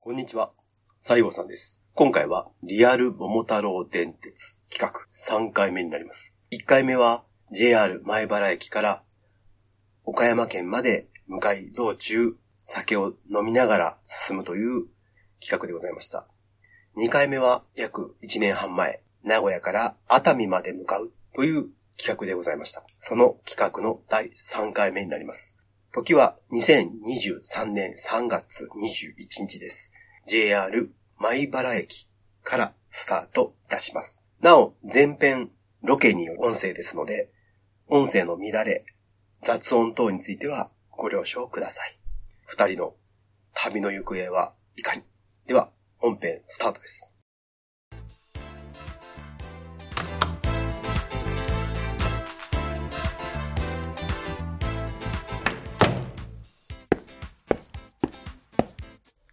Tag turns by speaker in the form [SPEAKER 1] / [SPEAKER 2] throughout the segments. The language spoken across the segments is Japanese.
[SPEAKER 1] こんにちは。西郷さんです。今回は、リアル桃太郎電鉄企画3回目になります。1回目は、JR 前原駅から、岡山県まで向かい道中、酒を飲みながら進むという企画でございました。2回目は、約1年半前、名古屋から熱海まで向かうという企画でございました。その企画の第3回目になります。時は2023年3月21日です。JR 米原駅からスタートいたします。なお、前編ロケによる音声ですので、音声の乱れ、雑音等についてはご了承ください。二人の旅の行方はいかにでは、本編スタートです。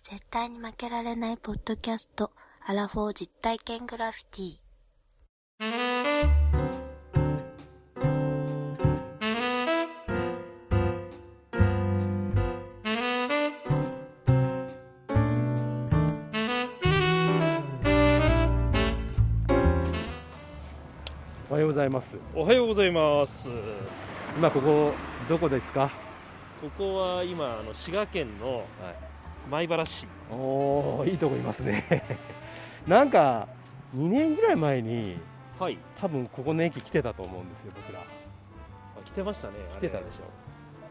[SPEAKER 2] 絶対に負けられないポッドキャスト、アラフォー実体験グラフィティ。
[SPEAKER 3] おはようございます。
[SPEAKER 4] おはようございます。
[SPEAKER 3] 今ここどこですか？
[SPEAKER 4] ここは今、あの滋賀県の
[SPEAKER 3] はい
[SPEAKER 4] 米原市。
[SPEAKER 3] おおいいとこいますね。 なんか2年ぐらい前に
[SPEAKER 4] はい。
[SPEAKER 3] 多分ここの駅来てたと思うんですよ僕ら。
[SPEAKER 4] あ来てましたね。あ
[SPEAKER 3] 来
[SPEAKER 4] れ
[SPEAKER 3] てたでしょ。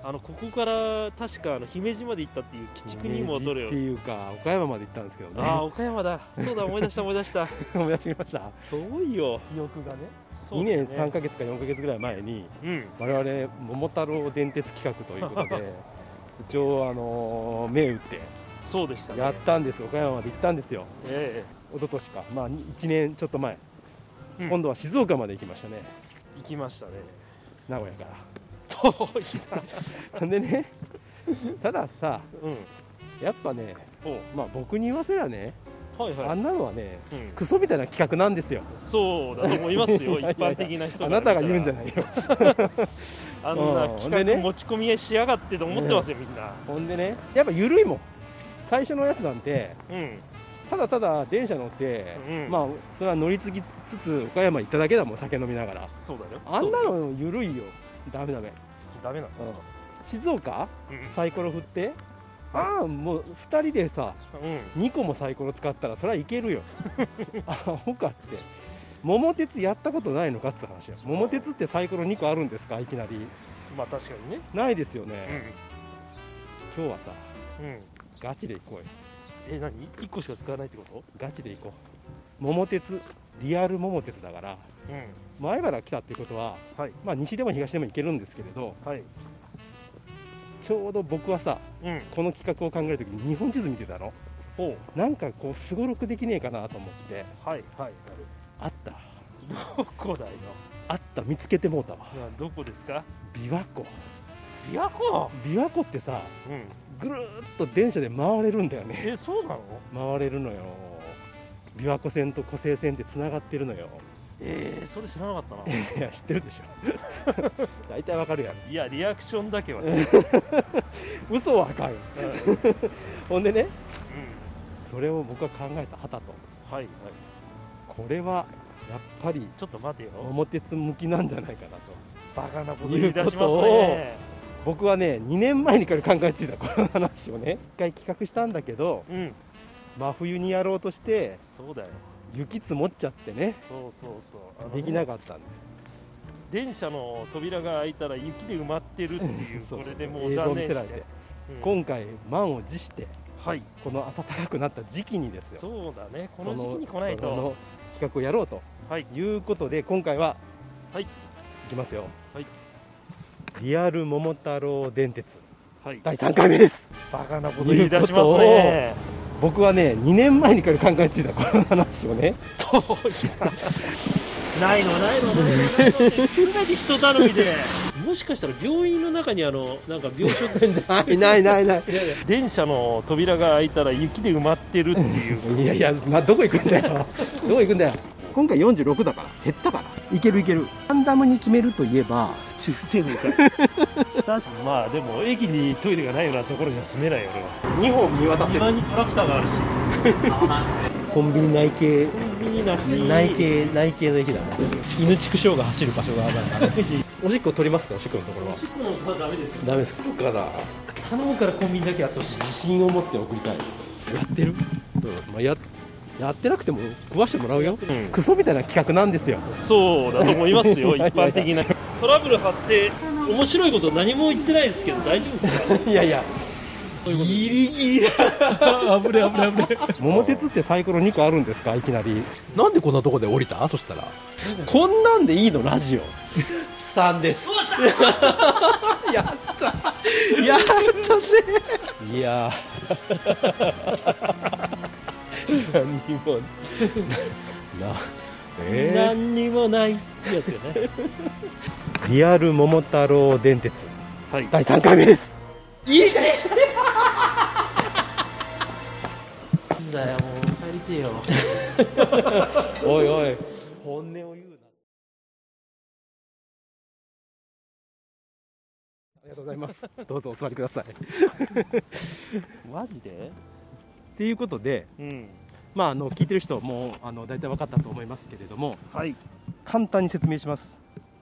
[SPEAKER 4] あのここから確かあの姫路まで行ったっていう鬼畜に
[SPEAKER 3] 姫
[SPEAKER 4] も
[SPEAKER 3] 路
[SPEAKER 4] 取
[SPEAKER 3] って
[SPEAKER 4] る。
[SPEAKER 3] いうか岡山まで行ったんですけどね。
[SPEAKER 4] ああ、岡山だ。そうだ、思い出した思い 出した。
[SPEAKER 3] 思い出しました。
[SPEAKER 4] 遠いよ。
[SPEAKER 3] 記憶がね。
[SPEAKER 4] そ
[SPEAKER 3] 2
[SPEAKER 4] うです
[SPEAKER 3] 年
[SPEAKER 4] ね。
[SPEAKER 3] 3ヶ月か4ヶ月ぐらい前に
[SPEAKER 4] うん。
[SPEAKER 3] 我々桃太郎電鉄企画ということ で一応あのー銘打って
[SPEAKER 4] そうでしたね。
[SPEAKER 3] やったんです岡山まで行ったんですよ。
[SPEAKER 4] え
[SPEAKER 3] 一昨年かまあ1年ちょっと前。
[SPEAKER 4] うん
[SPEAKER 3] 今度は静岡まで行きましたね。
[SPEAKER 4] え行きましたね。
[SPEAKER 3] 名古屋から。
[SPEAKER 4] 遠い な。
[SPEAKER 3] でね、たださ、
[SPEAKER 4] うん。
[SPEAKER 3] やっぱね、
[SPEAKER 4] お
[SPEAKER 3] まあ、僕に言わせりゃね、
[SPEAKER 4] はい
[SPEAKER 3] あ
[SPEAKER 4] はい。
[SPEAKER 3] んなのはね、
[SPEAKER 4] うん、
[SPEAKER 3] クソみたいな企画なんですよ、
[SPEAKER 4] そうだと思います よ、
[SPEAKER 3] いやい
[SPEAKER 4] 一
[SPEAKER 3] やいや
[SPEAKER 4] 般的な人
[SPEAKER 3] あなたが言うんじゃ
[SPEAKER 4] い
[SPEAKER 3] ないよ。
[SPEAKER 4] あんな
[SPEAKER 3] うんで
[SPEAKER 4] 企
[SPEAKER 3] ね
[SPEAKER 4] 画持ち込みへしやがってと思ってますよ、みんな。
[SPEAKER 3] ほんでね、やっぱ緩いもん、最初のやつなんて、
[SPEAKER 4] うん、
[SPEAKER 3] ただただ電車乗って、
[SPEAKER 4] うん
[SPEAKER 3] まあ、それは乗り継ぎつつ、岡山行っただけだもん、酒飲みながら、
[SPEAKER 4] そうだよ。
[SPEAKER 3] あんなの緩いよ、だめだめ、うん
[SPEAKER 4] ダメなの。
[SPEAKER 3] 静岡、
[SPEAKER 4] う
[SPEAKER 3] サイコロ振って、ああ、もう2人でさ、
[SPEAKER 4] ん。うん。
[SPEAKER 3] 2個もサイコロ使ったらそれはいけるよアホかって桃鉄やったことないのかって話よ桃鉄ってサイコロ2個あるんですかいきなり
[SPEAKER 4] まあ確かにね。
[SPEAKER 3] ないですよ
[SPEAKER 4] う
[SPEAKER 3] ね、
[SPEAKER 4] ん。
[SPEAKER 3] 今日はさ
[SPEAKER 4] うん。
[SPEAKER 3] ガチで行こうよ
[SPEAKER 4] え、何一個しか使わないってこと
[SPEAKER 3] ガチで行こう桃鉄リアル桃鉄だから
[SPEAKER 4] うん。
[SPEAKER 3] 前原来たってことは、
[SPEAKER 4] はい
[SPEAKER 3] まあ、西でも東でも行けるんですけれど
[SPEAKER 4] はい。
[SPEAKER 3] ちょうど僕はさ
[SPEAKER 4] うん。
[SPEAKER 3] この企画を考える時に日本地図見てたの
[SPEAKER 4] ほう。
[SPEAKER 3] なんかこうすごろくできねえかなと思って
[SPEAKER 4] はいはい
[SPEAKER 3] あった
[SPEAKER 4] はい。どこだよ。
[SPEAKER 3] あった見つけてもうたわ
[SPEAKER 4] じゃあどこですか
[SPEAKER 3] 琵琶湖
[SPEAKER 4] 琵琶湖
[SPEAKER 3] 琵琶湖ってさ
[SPEAKER 4] うん。
[SPEAKER 3] ぐるーっと電車で回れるんだよね
[SPEAKER 4] え、そうなの
[SPEAKER 3] 回れるのよ琵琶湖線と湖西線ってつながってるのよ
[SPEAKER 4] えー、それ知らなかったな。
[SPEAKER 3] いや知ってるでしょ 大体わかるやん
[SPEAKER 4] いや、リアクションだけはね。
[SPEAKER 3] 嘘はあかんよ
[SPEAKER 4] うん。うん
[SPEAKER 3] ほんでねそれを僕は考えた旗と
[SPEAKER 4] はいはい。
[SPEAKER 3] これはやっぱり
[SPEAKER 4] ちょっと待てよ。
[SPEAKER 3] 桃鉄向きなんじゃないかなと
[SPEAKER 4] バカなこと言い出しますね。
[SPEAKER 3] 僕はね2年前にから考えついたこの話をね一回企画したんだけど
[SPEAKER 4] うん。
[SPEAKER 3] 真冬にやろうとして
[SPEAKER 4] そうだよ。
[SPEAKER 3] 雪積もっちゃってね
[SPEAKER 4] そうそうそう。あの
[SPEAKER 3] できなかったんです
[SPEAKER 4] 電車の扉が開いたら雪で埋まってるっていう、
[SPEAKER 3] そ
[SPEAKER 4] こ
[SPEAKER 3] うそう
[SPEAKER 4] れでもう
[SPEAKER 3] 映像
[SPEAKER 4] 断
[SPEAKER 3] 見
[SPEAKER 4] 念
[SPEAKER 3] せ
[SPEAKER 4] し
[SPEAKER 3] られて
[SPEAKER 4] て。うん
[SPEAKER 3] 今回満を持して
[SPEAKER 4] はい。
[SPEAKER 3] この暖かくなった時期にですよ
[SPEAKER 4] そうだね、こ
[SPEAKER 3] そ
[SPEAKER 4] の時期に来ない
[SPEAKER 3] その
[SPEAKER 4] と。
[SPEAKER 3] 企画をやろうと
[SPEAKER 4] はい、
[SPEAKER 3] いうことで今回は
[SPEAKER 4] はい
[SPEAKER 3] きますよ、
[SPEAKER 4] はい
[SPEAKER 3] リアル桃太郎電鉄
[SPEAKER 4] はい、
[SPEAKER 3] 第3回目です
[SPEAKER 4] バカなこと言い出しますね。
[SPEAKER 3] 僕はね2年前にから考えついたこの話をね
[SPEAKER 4] ないの、ないの、ないの、ないのって、すんなり人頼みで。もしかしたら病院の中にあの、なんか病床
[SPEAKER 3] ないないないない
[SPEAKER 4] いやいや電車の扉が開いたら雪で埋まってるってい う。
[SPEAKER 3] いやいやなどこ行くんだ よどこ行くんだよ今回46だから減ったからいけるいけるランダムに決めるといえば
[SPEAKER 4] 修正能か久しまあでも駅にトイレがないようなところには住めないよ俺
[SPEAKER 3] 2本見渡
[SPEAKER 4] は
[SPEAKER 3] せ
[SPEAKER 4] 庭
[SPEAKER 3] る
[SPEAKER 4] にトラクターがあるし
[SPEAKER 1] コンビニ内系
[SPEAKER 4] コンビニなし
[SPEAKER 1] 内系内系の駅だね犬畜生が走る場所がなんか おしっこ取りますかおしっこのところは
[SPEAKER 4] おしっこの方はダメですよ
[SPEAKER 1] ダメですかかな
[SPEAKER 4] 頼むからコンビニだけやってほしい
[SPEAKER 1] 自信を持って送りたいやってる、うんまあ、ややってなくても食わしてもらうよ、クソみたいな企画なんですよ
[SPEAKER 4] そうだと思います よ一般的なトラブル発生面白いこと何も言ってないですけど大丈夫ですか
[SPEAKER 1] いやいやギリギリだ
[SPEAKER 4] 危ね危ね危ね
[SPEAKER 3] 桃鉄ってサイコロ2個あるんですかいきなり
[SPEAKER 1] なんでこんなとこで降りたそしたらこんなんでいいのラ ジオ3です やったやったぜいやー何にもなえ
[SPEAKER 4] 何にもないってやつよね
[SPEAKER 3] リアル桃太郎電鉄
[SPEAKER 4] はい
[SPEAKER 3] 第3回目です
[SPEAKER 1] ー、いいね
[SPEAKER 4] なんだよもう帰りてえよ
[SPEAKER 1] おいおい本音を言うな
[SPEAKER 3] ありがとうございますどうぞお座りくださいっ
[SPEAKER 4] マジで
[SPEAKER 3] ていうことで
[SPEAKER 4] うん
[SPEAKER 3] まああの聞いてる人もうあの大体分かったと思いますけれども
[SPEAKER 4] はい、
[SPEAKER 3] 簡単に説明します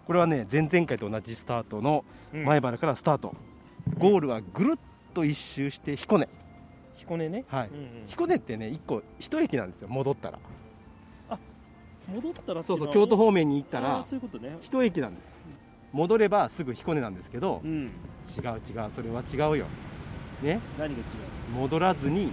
[SPEAKER 3] これはね前々回と同じスタートの前原からスタート、ゴールはぐるっと一周して彦根
[SPEAKER 4] 彦根ね
[SPEAKER 3] はい
[SPEAKER 4] うん
[SPEAKER 3] 彦根ってね1個1駅なんですよ戻ったら
[SPEAKER 4] うん戻ったらって
[SPEAKER 3] そ
[SPEAKER 4] いうの
[SPEAKER 3] そう
[SPEAKER 4] は
[SPEAKER 3] 京都方面に行った
[SPEAKER 4] あー
[SPEAKER 3] ら
[SPEAKER 4] そういうことね
[SPEAKER 3] 1駅なんです戻ればすぐ彦根なんですけど、
[SPEAKER 4] うん
[SPEAKER 3] 違う違うそれは違うよね
[SPEAKER 4] 何が違
[SPEAKER 3] 戻らずに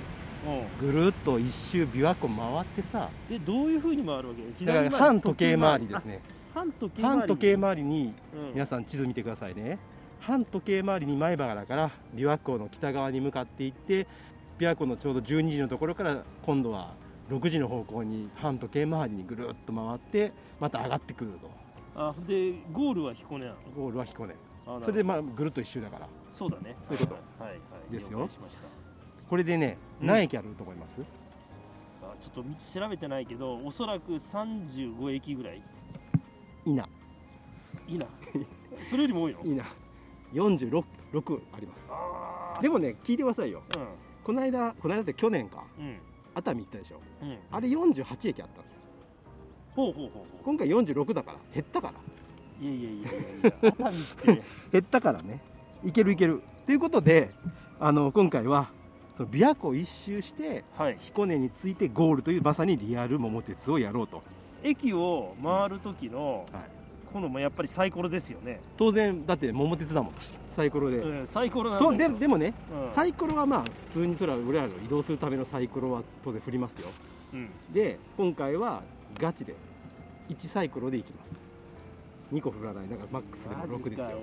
[SPEAKER 4] う
[SPEAKER 3] ぐるっと一周琵琶湖回ってさ
[SPEAKER 4] うんえどういうふうに回るわけ
[SPEAKER 3] だから反時計回りですね
[SPEAKER 4] 反時計回り
[SPEAKER 3] 反時計回りに
[SPEAKER 4] うん
[SPEAKER 3] 皆さん地図見てくださいね反時計回りに前原から琵琶湖の北側に向かっていって琵琶湖のちょうど12時のところから今度は6時の方向に反時計回りにぐるっと回ってまた上がってくると
[SPEAKER 4] あでゴールは彦根なの
[SPEAKER 3] ゴールは彦根
[SPEAKER 4] あ
[SPEAKER 3] それで
[SPEAKER 4] な
[SPEAKER 3] ま
[SPEAKER 4] る
[SPEAKER 3] あぐるっと一周だから
[SPEAKER 4] ほどそうだね
[SPEAKER 3] そういうこと
[SPEAKER 4] はいはいはい
[SPEAKER 3] ですよ
[SPEAKER 4] 了解しました
[SPEAKER 3] これでね
[SPEAKER 4] うん
[SPEAKER 3] 何駅あると思います、
[SPEAKER 4] あちょっと道調べてないけどおそらく35駅ぐらい
[SPEAKER 3] いいない
[SPEAKER 4] いなそれよりも多いの
[SPEAKER 3] いいな46 6あります
[SPEAKER 4] ああ
[SPEAKER 3] でもね聞いてくださいよ
[SPEAKER 4] う
[SPEAKER 3] この間この間って去年か
[SPEAKER 4] んうん
[SPEAKER 3] 熱海行ったでしょ
[SPEAKER 4] うん
[SPEAKER 3] あれ48駅あったんですよ
[SPEAKER 4] ほうほうほうほ
[SPEAKER 3] 今回46だから減ったから
[SPEAKER 4] ういやいやいやい やいや熱海って
[SPEAKER 3] 減ったからねいけるいけるということであの今回はその琵琶湖を一周して
[SPEAKER 4] はい
[SPEAKER 3] 彦根についてゴールというまさにリアル桃鉄をやろうと、
[SPEAKER 4] 駅を回る時の、
[SPEAKER 3] はい
[SPEAKER 4] このもやっぱりサイコロですよね、
[SPEAKER 3] 当然だって桃鉄だもんサイコロで、
[SPEAKER 4] うん、サイコロなんだ
[SPEAKER 3] そう
[SPEAKER 4] け
[SPEAKER 3] で
[SPEAKER 4] ど
[SPEAKER 3] でもね、
[SPEAKER 4] うん
[SPEAKER 3] サイコロはまあ普通にそれは俺らの移動するためのサイコロは当然振りますよ
[SPEAKER 4] うん
[SPEAKER 3] で今回はガチで1サイコロでいきます2個振らないだからマックスでも
[SPEAKER 4] マジ
[SPEAKER 3] 6です
[SPEAKER 4] か
[SPEAKER 3] よ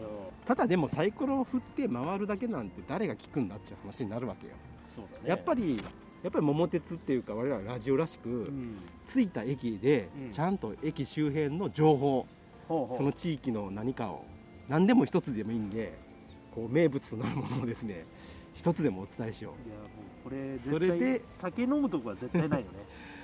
[SPEAKER 3] ただでもサイコロを振って回るだけなんて誰が聞くんだっていう話になるわけよ
[SPEAKER 4] そうだね
[SPEAKER 3] やっぱ
[SPEAKER 4] り、
[SPEAKER 3] りやっぱり桃鉄っていうか我らラジオらしく、
[SPEAKER 4] うん、
[SPEAKER 3] 着いた駅で
[SPEAKER 4] うん
[SPEAKER 3] ちゃんと駅周辺の情報、
[SPEAKER 4] ほうほう
[SPEAKER 3] その地域の何かを何でも一つでもいいんでこう名物となるものをですね一つでもお伝えしよ
[SPEAKER 4] いやもうこれ絶対
[SPEAKER 3] それで
[SPEAKER 4] 酒飲むとこは絶対ないよね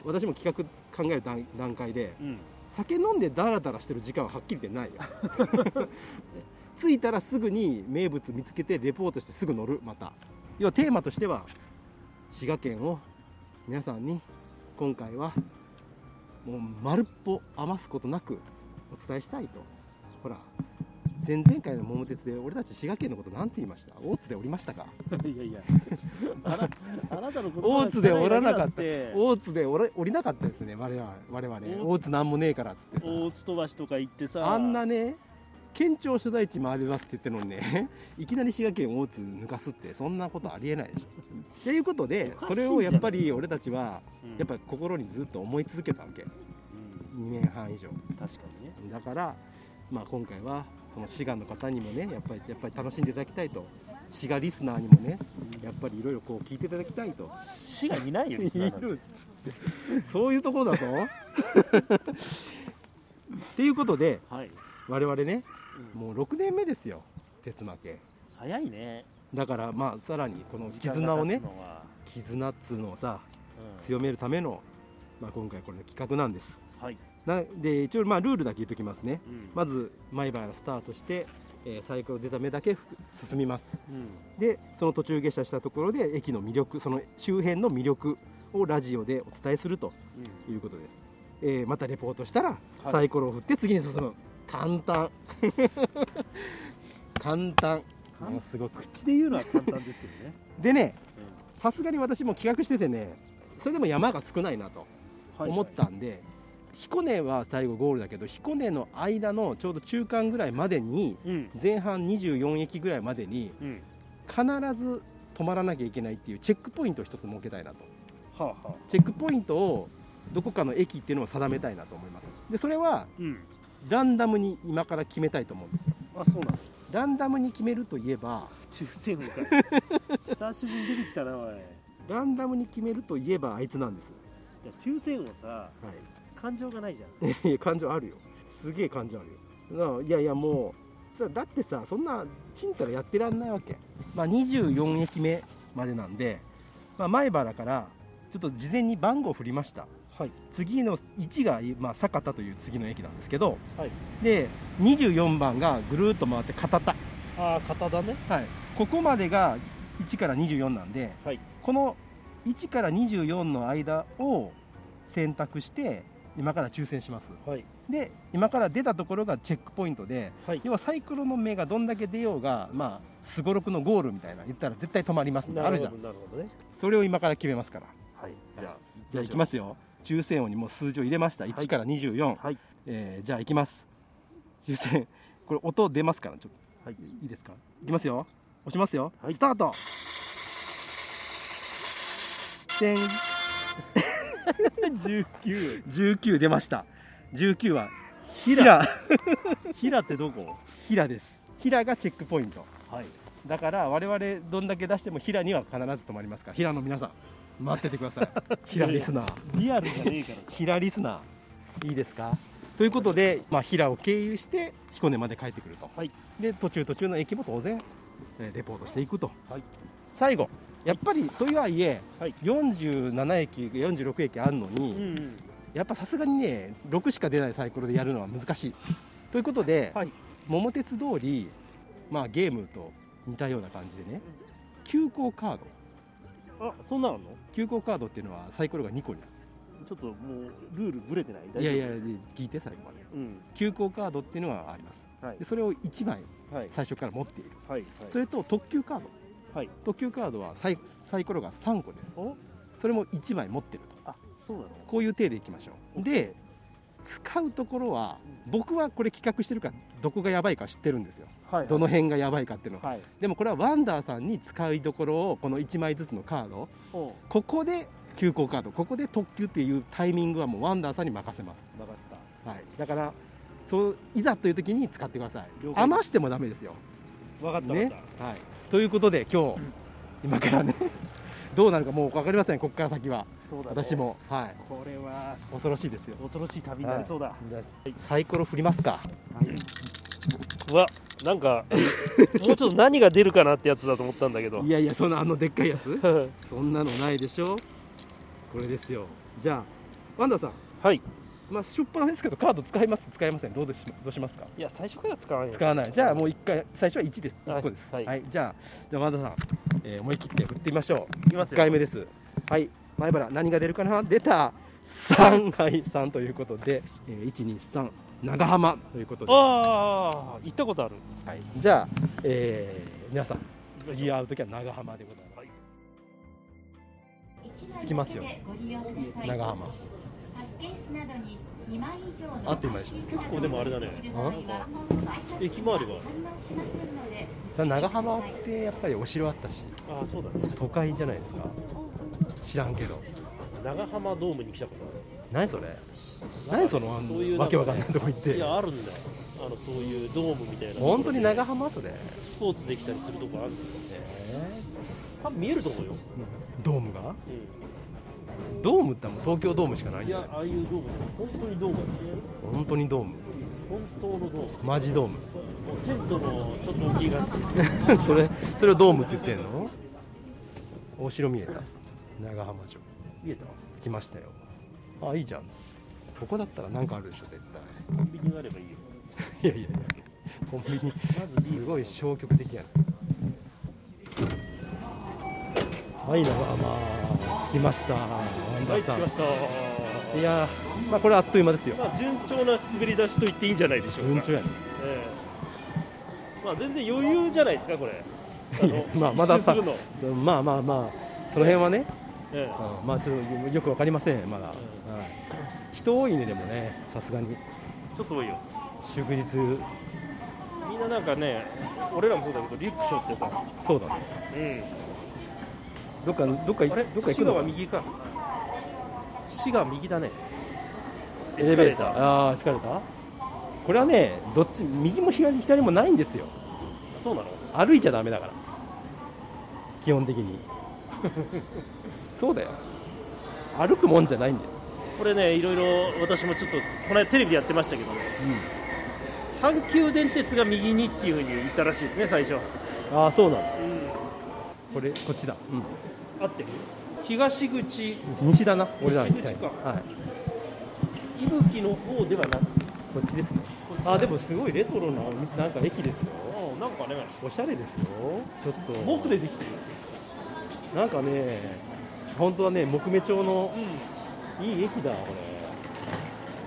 [SPEAKER 3] う私も企画考える段段階で
[SPEAKER 4] うん
[SPEAKER 3] 酒飲んでダラダラしてる時間ははっきり言ってないよ 着いたらすぐに名物見つけてレポートしてすぐ乗るまた要はテーマとしては滋賀県を皆さんに今回はもう丸っぽ余すことなくお伝えしたいとほら前々回の桃鉄で俺たち滋賀県のことなんて言いました大津でおりましたか
[SPEAKER 4] いやいや、あ なあなたの
[SPEAKER 3] 大津でおらなかった
[SPEAKER 4] 大
[SPEAKER 3] 大津でおらおりなかったですね我々我々大津なんもねえからっつってさ
[SPEAKER 4] 津飛ばしとか行ってさ、
[SPEAKER 3] あんなね県庁所在地回りますって言ってるのにね いきなり滋賀県大津抜かすってそんなことありえないでしょ。っていうことで
[SPEAKER 4] おかし
[SPEAKER 3] そ
[SPEAKER 4] いんじゃ
[SPEAKER 3] れ
[SPEAKER 4] ない
[SPEAKER 3] をやっぱり俺たちは
[SPEAKER 4] うん、
[SPEAKER 3] やっぱり心にずっと思い続けたわけ2
[SPEAKER 4] うん、
[SPEAKER 3] 年半以上
[SPEAKER 4] 確かにね、
[SPEAKER 3] だから、まあ、今回はその滋賀の方にもねやっぱりやっぱり楽しんでいただきたいと滋賀リスナーにもねやっぱりいろいろこう聞いていただきたいと
[SPEAKER 4] 滋賀にないよ、リスナーなんて
[SPEAKER 3] いるっつって そういうところだぞっていうことで
[SPEAKER 4] はい、
[SPEAKER 3] 我々ね
[SPEAKER 4] もう
[SPEAKER 3] もう6年目ですよ、鉄負け。
[SPEAKER 4] 早いね、
[SPEAKER 3] だからまあさらにこの
[SPEAKER 4] 時間が
[SPEAKER 3] 絆をね
[SPEAKER 4] 経つ、のは
[SPEAKER 3] 絆っつうのをさ、
[SPEAKER 4] うん
[SPEAKER 3] 強めるための、まあ、今回これの企画なんです。
[SPEAKER 4] はい、
[SPEAKER 3] なで、一応まあルールだけ言っときますね。
[SPEAKER 4] うん
[SPEAKER 3] まず、前原スタートして、えーサイクル出た目だけ進みます
[SPEAKER 4] うん
[SPEAKER 3] でその途中下車したところで駅の魅力その周辺の魅力をラジオでお伝えするということです、えーまたレポートしたら
[SPEAKER 4] い
[SPEAKER 3] サイコロを振って次に進む、簡単 簡単
[SPEAKER 4] 簡
[SPEAKER 3] もうすごく
[SPEAKER 4] 口で言うのは簡単ですけどね。
[SPEAKER 3] でねさすがに私も企画しててねそれでも山が少ないなと思ったんで、彦根は最後ゴールだけど彦根の間のちょうど中間ぐらいまでに
[SPEAKER 4] うん
[SPEAKER 3] 前半24駅ぐらいまでに
[SPEAKER 4] うん
[SPEAKER 3] 必ず止まらなきゃいけないっていうチェックポイントを一つ設けたいなと
[SPEAKER 4] はあはあ
[SPEAKER 3] チェックポイントをどこかの駅っていうのを定めたいなと思いますでそれは
[SPEAKER 4] うん
[SPEAKER 3] ランダムに今から決めたいと思うんですよ
[SPEAKER 4] あそうなんだ
[SPEAKER 3] ランダムに決めるといえば
[SPEAKER 4] 中世の かい久しぶりに出てきたなおいいや
[SPEAKER 3] ランダムに決めるといえばあいつなんです、
[SPEAKER 4] 中世のさ
[SPEAKER 3] はい、
[SPEAKER 4] 感情がないじゃん
[SPEAKER 3] いや感情あるよすげえ感情あるよないやいやもうさだってさそんなちんたらやってらんないわけ、まあ、24駅目までなんで、まあ、前原からちょっと事前に番号を振りました、
[SPEAKER 4] はい
[SPEAKER 3] 次の1が、まあ、酒田という次の駅なんですけど、
[SPEAKER 4] はい
[SPEAKER 3] で24番がぐるーっと回って片田、
[SPEAKER 4] ああ型だね
[SPEAKER 3] はい、ここまでが1から24なんで、
[SPEAKER 4] はい
[SPEAKER 3] この1から24の間を選択して今から抽選します
[SPEAKER 4] はい
[SPEAKER 3] で今から出たところがチェックポイントで
[SPEAKER 4] はい
[SPEAKER 3] 要はサイクロの目がどんだけ出ようがまあすごろくのゴールみたいな言ったら絶対止まりますみたいなあるじゃん
[SPEAKER 4] なるほどね
[SPEAKER 3] それを今から決めますから
[SPEAKER 4] はい
[SPEAKER 3] じゃあじゃあいきますよ抽選音にもう数字を入れました1から24、
[SPEAKER 4] はい
[SPEAKER 3] えーじゃあいきます抽選これ音出ますからちょっと、
[SPEAKER 4] はい
[SPEAKER 3] いいですかいきますよ押しますよ、
[SPEAKER 4] はい
[SPEAKER 3] スタートでん
[SPEAKER 4] 19
[SPEAKER 3] 19出ました19は平
[SPEAKER 4] ヒラってどこ
[SPEAKER 3] 平です平がチェックポイント
[SPEAKER 4] はい
[SPEAKER 3] だから我々どんだけ出しても平には必ず止まりますから平の皆さん待っててください 平リスナー
[SPEAKER 4] リアルじゃねえからさ
[SPEAKER 3] 平リスナーいいですかということで、まあ、平を経由して彦根まで帰ってくると、
[SPEAKER 4] はい
[SPEAKER 3] で途中途中の駅も当然えーレポートしていくと、
[SPEAKER 4] はい
[SPEAKER 3] 最後やっぱりとはいえ、
[SPEAKER 4] はい
[SPEAKER 3] 47駅46駅あるのに、
[SPEAKER 4] うんうん
[SPEAKER 3] やっぱさすがにね6しか出ないサイコロでやるのは難しいということで、
[SPEAKER 4] はい
[SPEAKER 3] 桃鉄通り、まあ、ゲームと似たような感じでね急行カード
[SPEAKER 4] あそんなのあんの
[SPEAKER 3] 急行カードっていうのはサイコロが2個にな
[SPEAKER 4] ちょっともうルールブレてない大丈夫
[SPEAKER 3] るいやいやで聞いて最後まで
[SPEAKER 4] うん
[SPEAKER 3] 急行カードっていうのはあります
[SPEAKER 4] はい
[SPEAKER 3] でそれを1枚
[SPEAKER 4] はい
[SPEAKER 3] 最初から持っている
[SPEAKER 4] はい
[SPEAKER 3] それと特急カード、
[SPEAKER 4] はい
[SPEAKER 3] 特急カードはサイサイコロが3個です
[SPEAKER 4] お
[SPEAKER 3] それも1枚持ってると
[SPEAKER 4] あそうなの
[SPEAKER 3] こういう体でいきましょうで使うところは僕はこれ企画してるからどこがやばいか知ってるんですよ
[SPEAKER 4] はい
[SPEAKER 3] どの辺がやばいかっていうのは
[SPEAKER 4] はい
[SPEAKER 3] でもこれはワンダーさんに使いどころをこの1枚ずつのカード
[SPEAKER 4] おう
[SPEAKER 3] ここで急行カードここで特急っていうタイミングはもうワンダーさんに任せま
[SPEAKER 4] 分かった
[SPEAKER 3] す、はい、だからそういざという時に使ってください
[SPEAKER 4] 了解
[SPEAKER 3] 余してもダメですよ、
[SPEAKER 4] 分かった分
[SPEAKER 3] ね
[SPEAKER 4] かっ
[SPEAKER 3] はい、ということで今日、
[SPEAKER 4] うん
[SPEAKER 3] 今からねどうなるかもう分かりませんここから先は
[SPEAKER 4] たそうだね
[SPEAKER 3] 私も、はい、
[SPEAKER 4] これは
[SPEAKER 3] 恐ろしいですよ
[SPEAKER 4] 恐ろしい旅になりそうだ、
[SPEAKER 3] サイコロ振りますか
[SPEAKER 4] うわなんかもうちょっと何が出るかなってやつだと思ったんだけど
[SPEAKER 3] いやいやそんなあのでっかいやつそんなのないでしょこれですよじゃあワンダーさん
[SPEAKER 4] はい
[SPEAKER 3] まあ、初っ端ですけどカード使います使いませんどうでしどうしますか
[SPEAKER 4] いや最初から使わない
[SPEAKER 3] 使わないじゃあもう1回最初は1です
[SPEAKER 4] はい
[SPEAKER 3] 1個です
[SPEAKER 4] はい
[SPEAKER 3] じゃあじゃあ和田さん、えー思い切って振ってみましょう
[SPEAKER 4] いきます
[SPEAKER 3] 1
[SPEAKER 4] よ
[SPEAKER 3] 回目ですはい前原何が出るかな出た3はい3ということで、えー、123長浜ということで、は
[SPEAKER 4] ああ行ったことある
[SPEAKER 3] い、じゃあ、えー皆さん次会う時は長浜でございます、着きますよ長浜あっという間でしょ
[SPEAKER 4] 結構でもあれだね駅周りは
[SPEAKER 3] それ長浜ってやっぱりお城あったし
[SPEAKER 4] ああそうだね
[SPEAKER 3] 都会じゃないですか知らんけど
[SPEAKER 4] 長浜ドームに来たことあ
[SPEAKER 3] 何それ何その
[SPEAKER 4] そういうな
[SPEAKER 3] わ
[SPEAKER 4] んか
[SPEAKER 3] けわかんないとこ行っ
[SPEAKER 4] るい
[SPEAKER 3] て
[SPEAKER 4] やあるんだよあのそういうドームみたいなところ
[SPEAKER 3] 本当に長浜それ
[SPEAKER 4] スポーツできたりするとこあるんだよ多分見えると思うよ、
[SPEAKER 3] ドームが
[SPEAKER 4] う
[SPEAKER 3] ドームってもう東京ドームしかない
[SPEAKER 4] ん、
[SPEAKER 3] ん
[SPEAKER 4] い
[SPEAKER 3] じゃ
[SPEAKER 4] や
[SPEAKER 3] ない
[SPEAKER 4] ああいうドーム本当にドームだね
[SPEAKER 3] 本当にドーム
[SPEAKER 4] 本当のドーム
[SPEAKER 3] マジドーム
[SPEAKER 4] もうテントのちょっと大きい感じ
[SPEAKER 3] それそれをドームって言ってんのお城見えた長浜城
[SPEAKER 4] 見えた
[SPEAKER 3] 着きましたよあいいじゃんここだったらなんかあるでしょ絶
[SPEAKER 4] コンビニがあればいいよ
[SPEAKER 3] 対いやいやいやコンビニすごい消極的やなはいなまあまあ着きましたワンダ
[SPEAKER 4] は
[SPEAKER 3] ー
[SPEAKER 4] い、着
[SPEAKER 3] さ
[SPEAKER 4] き
[SPEAKER 3] ん、
[SPEAKER 4] ました。
[SPEAKER 3] いやーまあこれあっという間ですよ
[SPEAKER 4] まあ、順調な滑り出しと言っていいんじゃないでしょうか。
[SPEAKER 3] 順調やね
[SPEAKER 4] ええまあ、全然余裕じゃないですか、これ。 あの
[SPEAKER 3] まあまださ
[SPEAKER 4] 一周するの
[SPEAKER 3] まあまあまあその辺はね、
[SPEAKER 4] ええ
[SPEAKER 3] うんまあちょっとよよくわかりませんまだ、はい人多いねでもねさすがに
[SPEAKER 4] ちょっと多いよ。
[SPEAKER 3] 祝日
[SPEAKER 4] みんななんかね、俺らもそうだけど、リュック背負ってさ。
[SPEAKER 3] そうだね
[SPEAKER 4] うん。
[SPEAKER 3] どっかどっかどっ
[SPEAKER 4] あ
[SPEAKER 3] か
[SPEAKER 4] れ、
[SPEAKER 3] 行く
[SPEAKER 4] 滋賀は
[SPEAKER 3] の
[SPEAKER 4] 右か。滋賀は右だね。
[SPEAKER 3] エレベーターああーエスカレーターこれはねどっち右も左左もないんですよ
[SPEAKER 4] そうなの。
[SPEAKER 3] 歩いちゃダメだから基本的に そうだよ歩くもんじゃないんだよ、
[SPEAKER 4] これね、いろいろ私もちょっと、この間テレビでやってましたけどね。阪急電鉄が右にっていうふうに言ったらしいですね、最初。
[SPEAKER 3] ああそうなんだ
[SPEAKER 4] うん。
[SPEAKER 3] これこっちだ、
[SPEAKER 4] あってる。東口
[SPEAKER 3] 西だな俺ら行きたい
[SPEAKER 4] 西口か
[SPEAKER 3] はい
[SPEAKER 4] 伊吹の方ではな
[SPEAKER 3] こ
[SPEAKER 4] く
[SPEAKER 3] っちですねあでもすごいレトロななんか駅ですよ
[SPEAKER 4] あなんかね
[SPEAKER 3] おしゃれですよちょっと
[SPEAKER 4] 木でできてる
[SPEAKER 3] なんかね本当はね木目調の
[SPEAKER 4] ん
[SPEAKER 3] いい駅だこ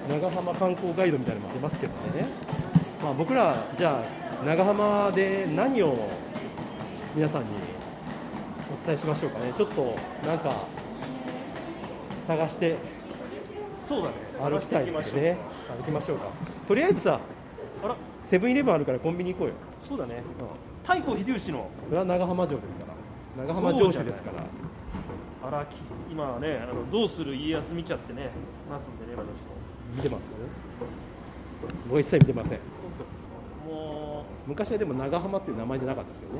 [SPEAKER 3] れ長浜観光ガイドみたいなのもありますけどね、まあ、僕らじゃあ長浜で何を皆さんにお伝えしましょうかねちょっとなんか探して
[SPEAKER 4] そうだね
[SPEAKER 3] 歩きたいですよね歩きましょうかとりあえずさ
[SPEAKER 4] あら
[SPEAKER 3] セブンイレブンあるからコンビニ行こうよ、
[SPEAKER 4] そうだね
[SPEAKER 3] うん
[SPEAKER 4] 太閤秀吉の
[SPEAKER 3] それは長浜城ですから長浜城主ですから
[SPEAKER 4] 荒木今ねあのどうする家康見ちゃってねますんでね私
[SPEAKER 3] 見てます僕一切見てません
[SPEAKER 4] もも
[SPEAKER 3] 昔はでも長浜っていう名前じゃなかったですけどね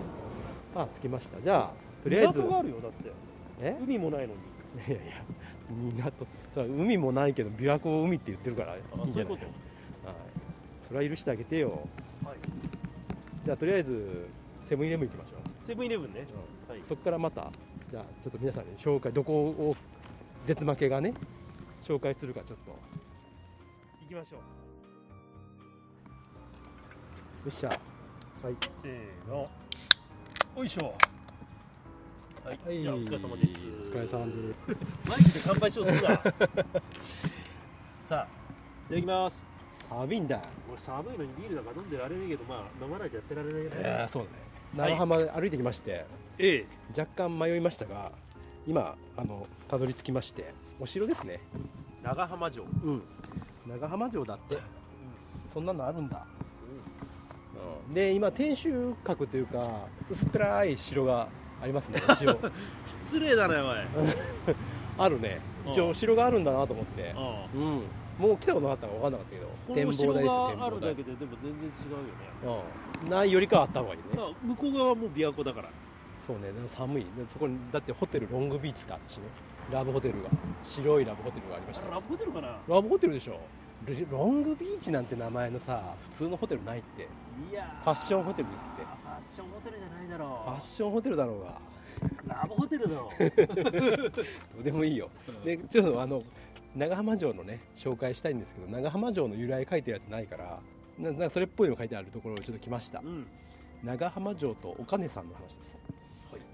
[SPEAKER 3] あ着きましたじゃあ
[SPEAKER 4] う
[SPEAKER 3] とりあえず
[SPEAKER 4] 港があるよだって
[SPEAKER 3] え
[SPEAKER 4] 海もないのに
[SPEAKER 3] いやいや港それは海もないけど琵琶湖を海って言ってるからい
[SPEAKER 4] あ
[SPEAKER 3] いん
[SPEAKER 4] そ
[SPEAKER 3] じ
[SPEAKER 4] うい
[SPEAKER 3] ゃ
[SPEAKER 4] う
[SPEAKER 3] ない
[SPEAKER 4] こ
[SPEAKER 3] はい、
[SPEAKER 4] と
[SPEAKER 3] それは許してあげてよ
[SPEAKER 4] はい
[SPEAKER 3] じゃあとりあえずセブンイレブン行きましょ
[SPEAKER 4] セブンイレブンねはい、
[SPEAKER 3] うそこからまたじゃあちょっと皆さんに紹介どこを絶負けがね紹介するかちょっとよ
[SPEAKER 4] 行きましょう
[SPEAKER 3] っしゃはい
[SPEAKER 4] せーのよいしょはい、
[SPEAKER 3] はい
[SPEAKER 4] じゃあお疲れ様です
[SPEAKER 3] お疲れ様です
[SPEAKER 4] マイクで乾杯しようっ すなさあいただきます
[SPEAKER 3] 寒いんだ
[SPEAKER 4] 俺寒いのにビールなんか飲んでられねえけどまあ飲まないとやってられないよ
[SPEAKER 3] いやーそうね
[SPEAKER 4] はい
[SPEAKER 3] 長浜歩いてきまして、
[SPEAKER 4] ええ
[SPEAKER 3] 若干迷いましたが今あのたどり着きましてお城ですね
[SPEAKER 4] 長浜城
[SPEAKER 3] うん長浜城だって、そんなのあるんだ、うんで今天守閣というか薄っぺらい城がありますね一 応
[SPEAKER 4] 失礼だねおい あ
[SPEAKER 3] あるね一応城があるんだなと思って
[SPEAKER 4] あ
[SPEAKER 3] うんもう来たことなかったから分かんなかったけ
[SPEAKER 4] こ
[SPEAKER 3] ど
[SPEAKER 4] れ
[SPEAKER 3] 展
[SPEAKER 4] も城
[SPEAKER 3] 望台ですよ展
[SPEAKER 4] があ
[SPEAKER 3] 望
[SPEAKER 4] る
[SPEAKER 3] 台
[SPEAKER 4] だけででも全然違うよね
[SPEAKER 3] うん、ないよりかはあった方がいい
[SPEAKER 4] だ
[SPEAKER 3] ね
[SPEAKER 4] から向こう側はもう琵琶湖だから
[SPEAKER 3] そうねでも寒いでそこにだってホテルロングビーチかしねラブホテルが白いラブホテルがありました
[SPEAKER 4] ラブホテルかな
[SPEAKER 3] ラブホテルでしょロロングビーチなんて名前のさ普通のホテルないって
[SPEAKER 4] いや
[SPEAKER 3] ファッションホ
[SPEAKER 4] ホ
[SPEAKER 3] テルですって
[SPEAKER 4] ファッションホテルじゃないだ
[SPEAKER 3] ファ
[SPEAKER 4] ろ
[SPEAKER 3] ッションホテルだろうが
[SPEAKER 4] うラブホテルだろ
[SPEAKER 3] どうでもいいよ
[SPEAKER 4] う
[SPEAKER 3] でちょっとあの長浜城のね紹介したいんですけど長浜城の由来書いてるやつないからななんかそれっぽいの書いてあるところをちょっと来ました
[SPEAKER 4] うん
[SPEAKER 3] 長浜城とお金さんの話です、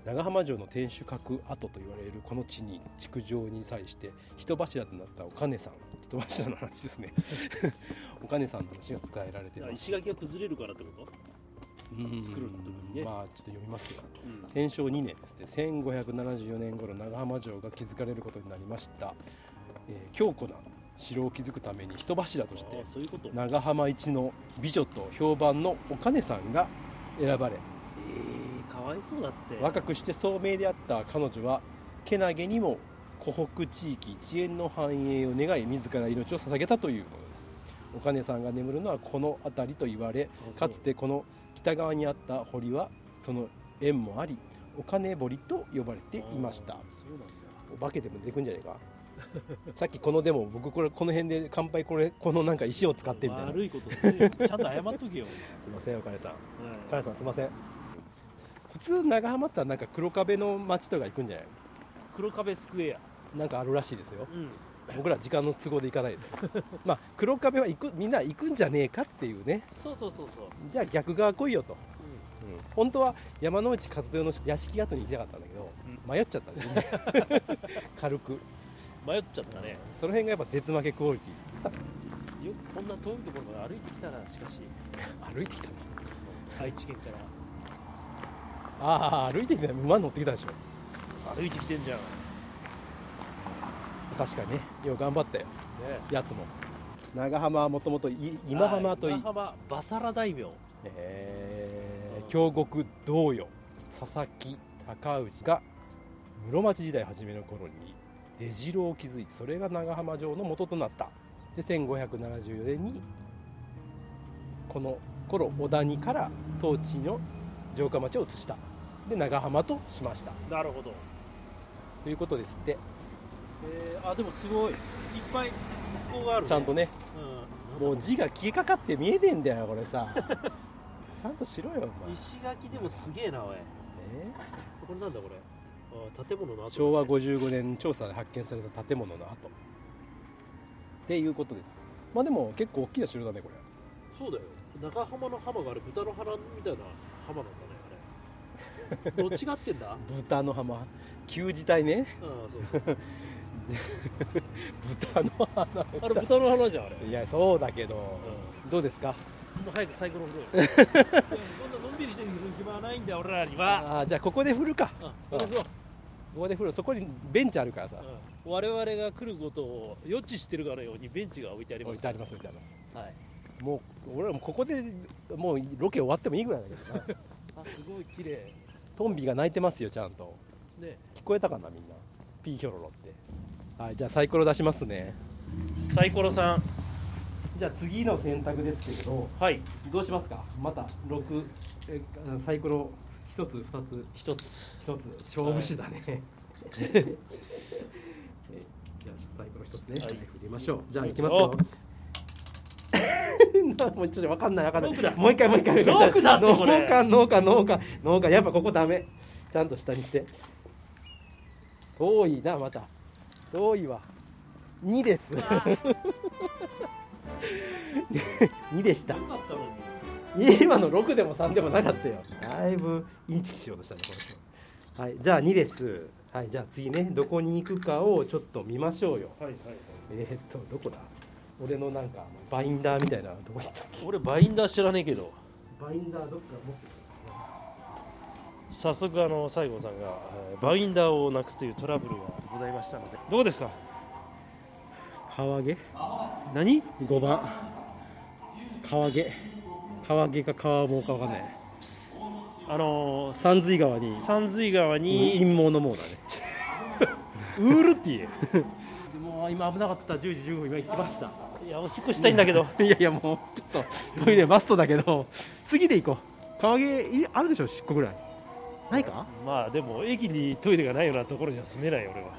[SPEAKER 3] 長浜城の天守閣跡と言われるこの地に築城に際して人柱となったお金さん人柱の話です ねお金さんの話が伝えられています
[SPEAKER 4] 石垣が崩れるからってこと作る時にね
[SPEAKER 3] まあちょっと読みますよ
[SPEAKER 4] うん
[SPEAKER 3] 天正2年ですね1574年頃長浜城が築かれることになりました、えー強固な城を築くために人柱として
[SPEAKER 4] ああそういうこと
[SPEAKER 3] 長浜一の美女と評判のお金さんが選ばれ
[SPEAKER 4] ええかわいそうだって
[SPEAKER 3] 若くして聡明であった彼女はけなげにも湖北地域一円の繁栄を願い自ら命を捧げたというものですお金さんが眠るのはこの辺りと言われ
[SPEAKER 4] あそ
[SPEAKER 3] か
[SPEAKER 4] う
[SPEAKER 3] つてこの北側にあった堀はその縁もありお金堀と呼ばれていました
[SPEAKER 4] ああそうなんだ
[SPEAKER 3] お化けでも出てくんじゃねえか さっきこのでも僕これこの辺で乾杯これこのなんか石を使ってみたいなすい
[SPEAKER 4] 悪いことするよちゃんと謝っと けよ
[SPEAKER 3] ませんお金さん
[SPEAKER 4] お前
[SPEAKER 3] お金さんすいません普通長浜ってなんか黒壁の町とか行くんじゃない
[SPEAKER 4] 黒壁スクエア
[SPEAKER 3] なんかあるらしいですよ
[SPEAKER 4] うん
[SPEAKER 3] 僕ら時間の都合で行かないです まあ黒壁は行くみんな行くんじゃねえかっていうね
[SPEAKER 4] そうそうそうそう、
[SPEAKER 3] じゃあ逆側来いよと、うん本当は山之内和豊の屋敷跡に行きたかったんだけど、迷っちゃったね 軽く
[SPEAKER 4] 迷っちゃったね
[SPEAKER 3] その辺がやっぱ絶負けクオリティ
[SPEAKER 4] よくこんな遠いところまで歩いてきたなしかし
[SPEAKER 3] 歩いてきたの
[SPEAKER 4] 愛知県から
[SPEAKER 3] ああ歩いてきた馬乗ってきたでしょ
[SPEAKER 4] 歩いてきてんじゃんね
[SPEAKER 3] 確かにねよう頑張ったよやつも長浜はもともとい
[SPEAKER 4] え
[SPEAKER 3] 今浜とい
[SPEAKER 4] 今浜バサラ大名
[SPEAKER 3] えー、京極同様佐々木尊氏が室町時代初めの頃に出城を築いてそれが長浜城の元となったで1574年にこの頃小谷から当地の城下町を移したで長浜としました
[SPEAKER 4] なるほど、
[SPEAKER 3] ということですって
[SPEAKER 4] えー、あでもすごいいっぱい復興がある、
[SPEAKER 3] ちゃんと
[SPEAKER 4] ね、
[SPEAKER 3] ね
[SPEAKER 4] うん、
[SPEAKER 3] もう字が消えかかって見えてんだよこれさ ちゃんとしろよお前、ね
[SPEAKER 4] 石垣でもすげえなおいこれなんだこれあー建物の跡
[SPEAKER 3] 昭和55年調査で発見された建物の跡っていうことですまあでも結構大きな城だねこれ
[SPEAKER 4] そうだよ中浜の浜があれ豚の腹みたいな浜なんだねあれ どっちが合ってんだ
[SPEAKER 3] 豚の浜旧時代ね
[SPEAKER 4] うんそうそう
[SPEAKER 3] 豚の浜
[SPEAKER 4] あれ豚の腹じゃんあれ
[SPEAKER 3] いやそうだけど、
[SPEAKER 4] う
[SPEAKER 3] どうですか
[SPEAKER 4] もう早くサイコロ振 ろうよこんなのんびりしてる暇はないんだよ俺らには
[SPEAKER 3] ああーじゃあここで振るか
[SPEAKER 4] うんこれ振ろう
[SPEAKER 3] ここで振るそこにベンチあるからさ
[SPEAKER 4] うん我々が来ることを予知してるかのようにベンチが置いてありま
[SPEAKER 3] 置い
[SPEAKER 4] す
[SPEAKER 3] て
[SPEAKER 4] か
[SPEAKER 3] あ
[SPEAKER 4] ら
[SPEAKER 3] ります置いてありま
[SPEAKER 4] はい
[SPEAKER 3] すもう俺らもここでもうロケ終わってもいいぐらいだけどな
[SPEAKER 4] あすごい綺麗
[SPEAKER 3] トンビが鳴いてますよちゃんと
[SPEAKER 4] ね
[SPEAKER 3] 聞こえたかなみんなピーヒョロロってはいじゃあサイコロ出しますね
[SPEAKER 4] サイコロさん
[SPEAKER 3] じゃあ次の選択ですけれど
[SPEAKER 4] はい
[SPEAKER 3] どうしますかまた6えあサイコロ1つ2つ
[SPEAKER 4] 一つ
[SPEAKER 3] 1つ勝負師だね、 えじゃあサイコロ1つね、
[SPEAKER 4] はい
[SPEAKER 3] 振りましょうじゃあ
[SPEAKER 4] はい
[SPEAKER 3] いきますよ なもうちょっとわかんないわかんない
[SPEAKER 4] 六だ
[SPEAKER 3] もう一回もう一回
[SPEAKER 4] 六だって
[SPEAKER 3] 農
[SPEAKER 4] これ
[SPEAKER 3] 家農家農家農家やっぱここダメちゃんと下にして遠いなまた遠いわ2です 2でした
[SPEAKER 4] よかったのに
[SPEAKER 3] 今の6でも3でもなかったよだいぶインチキしようとしたねこの人はいじゃあ2ですはいじゃあ次ねどこに行くかをちょっと見ましょうよ
[SPEAKER 4] はいはいはい
[SPEAKER 3] えー、っとどこだ俺のなんかバインダーみたいなどこ行ったっけ
[SPEAKER 4] 俺バインダー知らねえけど
[SPEAKER 3] バインダーどっか持ってた
[SPEAKER 4] 早速あの西郷さんがえーバインダーをなくすというトラブルがございましたのでどうですか
[SPEAKER 3] 川毛
[SPEAKER 4] 何
[SPEAKER 3] 5番川毛川毛か川毛かわかんない
[SPEAKER 4] あのー、
[SPEAKER 3] 三水川に
[SPEAKER 4] 三水川
[SPEAKER 3] 陰
[SPEAKER 4] に
[SPEAKER 3] 謀の毛だね
[SPEAKER 4] ウールティ
[SPEAKER 3] もう今危なかった10時15分今行きました
[SPEAKER 4] ーいやおしっこしたいんだけど
[SPEAKER 3] いやいやもうちょっとトイレバストだけど次で行こう川毛あるでしょしっこぐらいないか
[SPEAKER 4] まあでも駅にトイレがないようなところには住めないよ俺は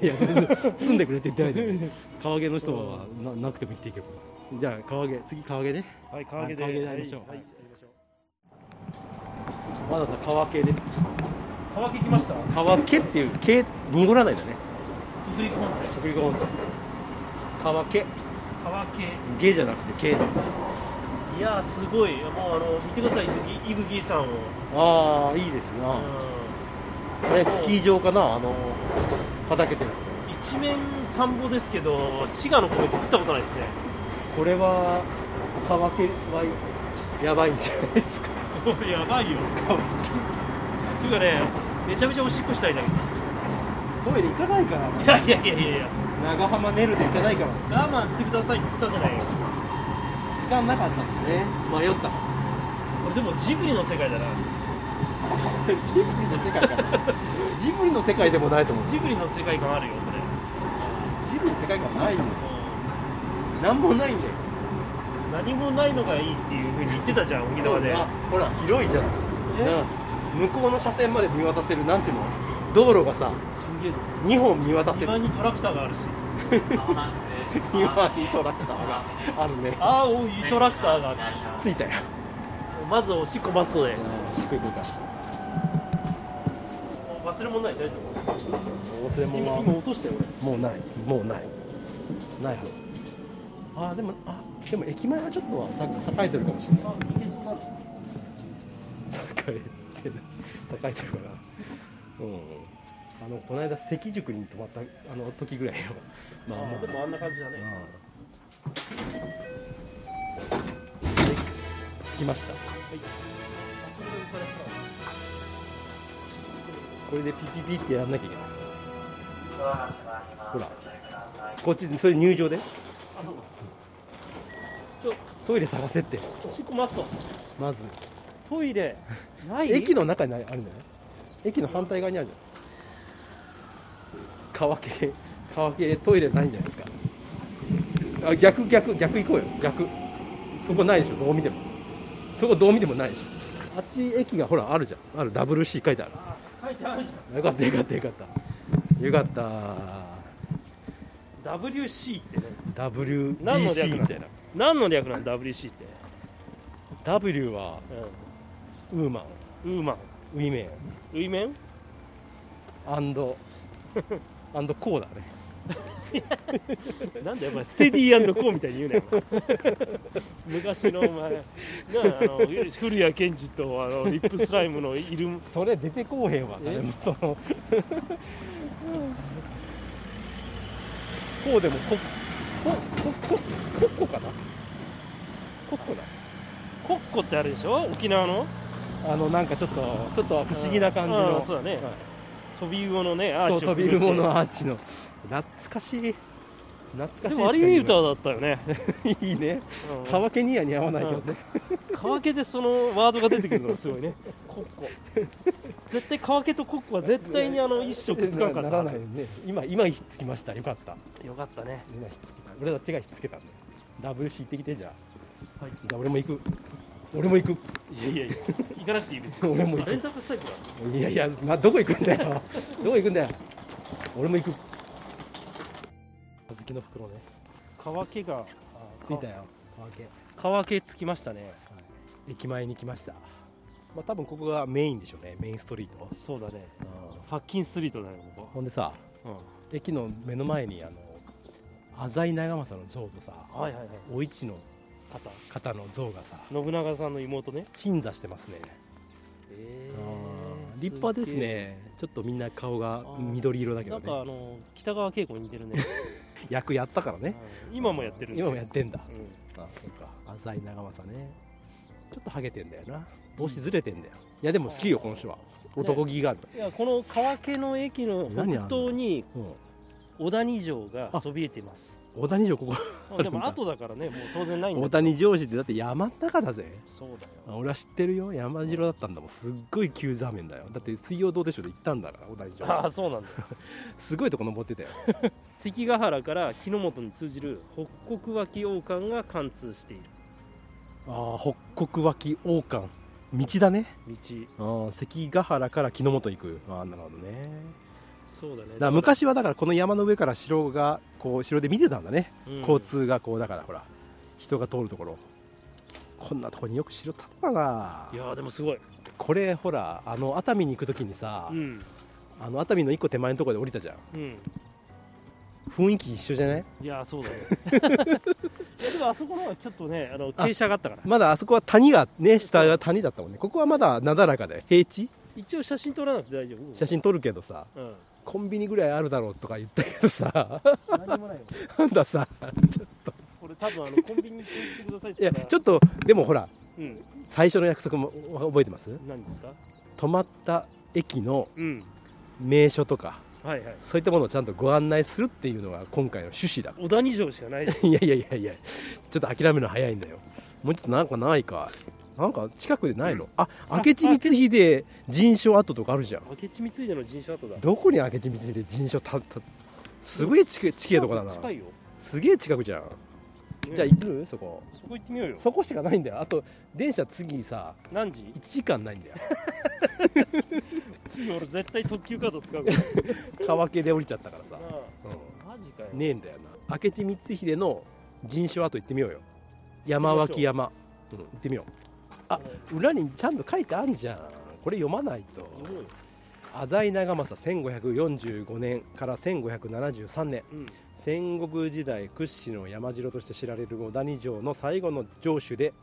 [SPEAKER 4] い
[SPEAKER 3] やそれ住んでくれって言ってない で川毛の人はななくても生きていけばじゃあ川毛次川毛ね
[SPEAKER 4] はい川毛で
[SPEAKER 3] は
[SPEAKER 4] はい
[SPEAKER 3] 川毛でや
[SPEAKER 4] や
[SPEAKER 3] りましょう
[SPEAKER 4] はい、やりましょう
[SPEAKER 3] まださ川毛です
[SPEAKER 4] 川毛来ました
[SPEAKER 3] 川毛っていう毛濁らないだね
[SPEAKER 4] 北陸本線
[SPEAKER 3] 北陸温泉川毛
[SPEAKER 4] 川毛
[SPEAKER 3] 毛じゃなくて毛
[SPEAKER 4] いやーすごいもうあの見てください次イブギさんを
[SPEAKER 3] ああいいですなあれスキー場かなあの畑で
[SPEAKER 4] うん一面田んぼですけど滋賀の米って食ったことないですね
[SPEAKER 3] これは川毛はやばいんじゃないですか
[SPEAKER 4] やばい よていうかねめちゃめちゃおしっこしたいんだけど
[SPEAKER 3] トイレ行かないから
[SPEAKER 4] いやいやいやいやいや
[SPEAKER 3] 長浜寝るで行かないから
[SPEAKER 4] 我慢してくださいって言ったじゃないよ
[SPEAKER 3] 時間なかったもんね迷った
[SPEAKER 4] これでもジブリの世界だな
[SPEAKER 3] ジブリの世界か ジブリの世界でもないと思う
[SPEAKER 4] ジブリの世界観あるよこれ
[SPEAKER 3] ジブリの世界がないのなんもないんだよ
[SPEAKER 4] 何もないのがいいっていうふうに言ってたじゃん沖縄で
[SPEAKER 3] あほら広いじゃん
[SPEAKER 4] え
[SPEAKER 3] なあ向こうの車線まで見渡せるなんていうの道路がさ
[SPEAKER 4] すげえ
[SPEAKER 3] 2本見渡せ
[SPEAKER 4] 2
[SPEAKER 3] る
[SPEAKER 4] 番にトラクターがあるし
[SPEAKER 3] 2万トラクターがあるね
[SPEAKER 4] 青いトラクターがあるし
[SPEAKER 3] 着いたよ
[SPEAKER 4] まずおしっこマストで
[SPEAKER 3] しっくいこうか
[SPEAKER 4] 忘れ物ない大丈夫
[SPEAKER 3] どうせも
[SPEAKER 4] 今
[SPEAKER 3] う
[SPEAKER 4] 今落としたよ
[SPEAKER 3] もうないもうない
[SPEAKER 1] ないはずああでもあでも駅前はちょっとはさ栄えてるかもしれない栄えてる栄えてるかなうんあのこの間関宿に泊まったあの時ぐらいのまあまあ
[SPEAKER 4] でもあんな感じだね、
[SPEAKER 1] 着きましたこれでピピピってやらなきゃいけないほらこっちそれ入場で
[SPEAKER 4] ちょ
[SPEAKER 1] トイレ探せって
[SPEAKER 4] おしっこ待つと
[SPEAKER 1] まず
[SPEAKER 4] トイレない
[SPEAKER 1] 駅の中にあるんじゃない駅の反対側にあるんじゃない川系川系トイレないんじゃないですかあ逆逆逆行こうよ逆そこないでしょどう見てもそこどう見てもないでしょあっち駅がほらあるじゃんある WC 書いてある
[SPEAKER 4] 書いてあるじ
[SPEAKER 1] よかったよかったよかったよかっ
[SPEAKER 4] ゃん WC ってね
[SPEAKER 1] た
[SPEAKER 4] 何の略
[SPEAKER 1] WBC
[SPEAKER 4] なの
[SPEAKER 1] みたいな
[SPEAKER 4] 何の略なん WC って、
[SPEAKER 1] W はウーマン
[SPEAKER 4] うん、ウーマン
[SPEAKER 1] ウィメ
[SPEAKER 4] ウイメン
[SPEAKER 1] ンアンドアンドコーだね
[SPEAKER 4] なんだよお前ステディーコーみたいに言うなよお前昔のお前なああの古谷健二とあのリップスライムのいる
[SPEAKER 1] それ出てこうへんわ
[SPEAKER 4] え
[SPEAKER 1] 誰もそのこうでもここここここかなここだ
[SPEAKER 4] コッコってあるでしょ沖縄の
[SPEAKER 1] あのなんかちょっとちょっと不思議な感じ
[SPEAKER 4] うんう
[SPEAKER 1] の
[SPEAKER 4] んそうだね
[SPEAKER 1] はい
[SPEAKER 4] 飛び魚のねア
[SPEAKER 1] そ
[SPEAKER 4] ー
[SPEAKER 1] う
[SPEAKER 4] チを
[SPEAKER 1] 飛
[SPEAKER 4] くぐ
[SPEAKER 1] び
[SPEAKER 4] って
[SPEAKER 1] るものアーチの懐かしい懐かし
[SPEAKER 4] で
[SPEAKER 1] い
[SPEAKER 4] もあれいい歌だったよね、
[SPEAKER 1] しか言えないいいね
[SPEAKER 4] うん
[SPEAKER 1] たわけには似合わないけどね
[SPEAKER 4] 川家でそのワードが出てくるのがすごいね コッコ絶対川家とコッコは絶対にあの一色つかんかった
[SPEAKER 1] ならないよね今今ひっつきましたよかった
[SPEAKER 4] よかったね
[SPEAKER 1] みんなひっつけた俺たちがひっつけたんだよ WC 行ってきてじゃあ、
[SPEAKER 4] はい
[SPEAKER 1] じゃあ俺も行く俺も行く
[SPEAKER 4] いやいやいや行かなくていい別に
[SPEAKER 1] 俺も行く
[SPEAKER 4] レンタカーサイクルだ
[SPEAKER 1] いやいや、などこ行くんだよ。どこ行くんだよ。俺も行く。小豆の袋ね。
[SPEAKER 4] 川家が
[SPEAKER 1] 着いたよ。川家。
[SPEAKER 4] 川家着きましたね
[SPEAKER 1] 駅前に来ました。まあ、多分ここがメインでしょうね。メインストリート。
[SPEAKER 4] そうだね
[SPEAKER 1] うん
[SPEAKER 4] ファッキンストリートだよこ
[SPEAKER 1] ほんでさ、
[SPEAKER 4] こ、
[SPEAKER 1] 駅の目の前にあの浅井長政の像とさ、
[SPEAKER 4] はいはいはい
[SPEAKER 1] お市の
[SPEAKER 4] 肩
[SPEAKER 1] 方の像がさ、
[SPEAKER 4] 信長さんの妹ね
[SPEAKER 1] 鎮座してますね。
[SPEAKER 4] え
[SPEAKER 1] うん立派ですね。ちょっとみんな顔が緑色だけ
[SPEAKER 4] な
[SPEAKER 1] ど
[SPEAKER 4] んか
[SPEAKER 1] ね。
[SPEAKER 4] あの北川景子に似てるね
[SPEAKER 1] 役やったからね。
[SPEAKER 4] うん今もやってるんだよ
[SPEAKER 1] 今もやってんだ。
[SPEAKER 4] うん
[SPEAKER 1] あそうか浅井長政ねちょっとハゲてんだよな帽子ずれてんだよいやでも好きよこの人は男気がある、
[SPEAKER 4] いやこの川家の駅の北東に小谷城がそびえています
[SPEAKER 1] うん、大谷城ここ
[SPEAKER 4] あでも後だからねもう当然ないんだ
[SPEAKER 1] 大谷城市ってだって山の中だぜ
[SPEAKER 4] そうだ
[SPEAKER 1] あ
[SPEAKER 4] よ
[SPEAKER 1] 俺は知ってるよ山城だったんだもんすっごい急座面だよだって水曜どうでしょうで行ったんだから大谷
[SPEAKER 4] あ
[SPEAKER 1] 城
[SPEAKER 4] あそうなんだよ
[SPEAKER 1] すごいとこ登ってたよ
[SPEAKER 4] 関ヶ原から木之本に通じる北国脇王冠が貫通している
[SPEAKER 1] ああ北国脇王冠道だね
[SPEAKER 4] 道
[SPEAKER 1] ああ関ヶ原から木之本行くああなるほどね
[SPEAKER 4] そうだね
[SPEAKER 1] だから昔はだからこの山の上から城がこう城で見てたんだね
[SPEAKER 4] うん
[SPEAKER 1] 交通がこうだからほら人が通るところこんなとこによく城建てたない
[SPEAKER 4] やーでもすごい、
[SPEAKER 1] これほらあの熱海に行く時にさ、
[SPEAKER 4] うん
[SPEAKER 1] あの熱海の一個手前のところで降りたじゃん
[SPEAKER 4] うん、
[SPEAKER 1] 雰囲気一緒じゃない
[SPEAKER 4] いやーそうだね いやでもあそこのはちょっとねあの傾斜があったから
[SPEAKER 1] まだあそこは谷がね下が谷だったもんねここはまだなだらかで平地
[SPEAKER 4] 一応写真撮らなくて大丈夫
[SPEAKER 1] 写真撮るけどさ
[SPEAKER 4] うん
[SPEAKER 1] コンビニぐらいあるだろうとか言ったけどさ
[SPEAKER 4] 何もないよ
[SPEAKER 1] なんださちょっと
[SPEAKER 4] これ多分あのコンビニに行ってくださいっ
[SPEAKER 1] い
[SPEAKER 4] て
[SPEAKER 1] や
[SPEAKER 4] 言ったら
[SPEAKER 1] ちょっとでもほら
[SPEAKER 4] うん
[SPEAKER 1] 最初の約束も覚えてます
[SPEAKER 4] 何ですか
[SPEAKER 1] 泊まった駅の
[SPEAKER 4] うん
[SPEAKER 1] 名所とか
[SPEAKER 4] はいはい
[SPEAKER 1] そういったものをちゃんとご案内するっていうのが今回の趣旨だ
[SPEAKER 4] 小谷城しかないじゃん
[SPEAKER 1] いやいやいやいや、ちょっと諦めるの早いんだよ。もうちょっとなんかないか。なんか近くでないの、あ、明智光秀人書跡とかあるじゃん。
[SPEAKER 4] 明智光秀の人種跡だ
[SPEAKER 1] どこに明智光秀人書たたすごい近い近いとこだな。
[SPEAKER 4] 近いよ、
[SPEAKER 1] すげえ近くじゃん。
[SPEAKER 4] ね
[SPEAKER 1] じゃあ行くそこ。
[SPEAKER 4] そこ行ってみようよ
[SPEAKER 1] そこしかないんだよ。あと、電車次さ、
[SPEAKER 4] 何時
[SPEAKER 1] 1時間ないんだよ。
[SPEAKER 4] 次俺絶対特急カード使うから
[SPEAKER 1] 川家で降りちゃったからさ。
[SPEAKER 4] なあマジかよ、
[SPEAKER 1] うん。ねえんだよな。明智光秀の人書跡行ってみようよ。山脇山。うん、行ってみよう。あ裏にちゃんと書いてあんじゃんこれ読まないと
[SPEAKER 4] 読もうよ
[SPEAKER 3] 浅井長政1545年から1573年
[SPEAKER 4] うん
[SPEAKER 3] 戦国時代屈指の山城として知られる小谷城の最後の城主で、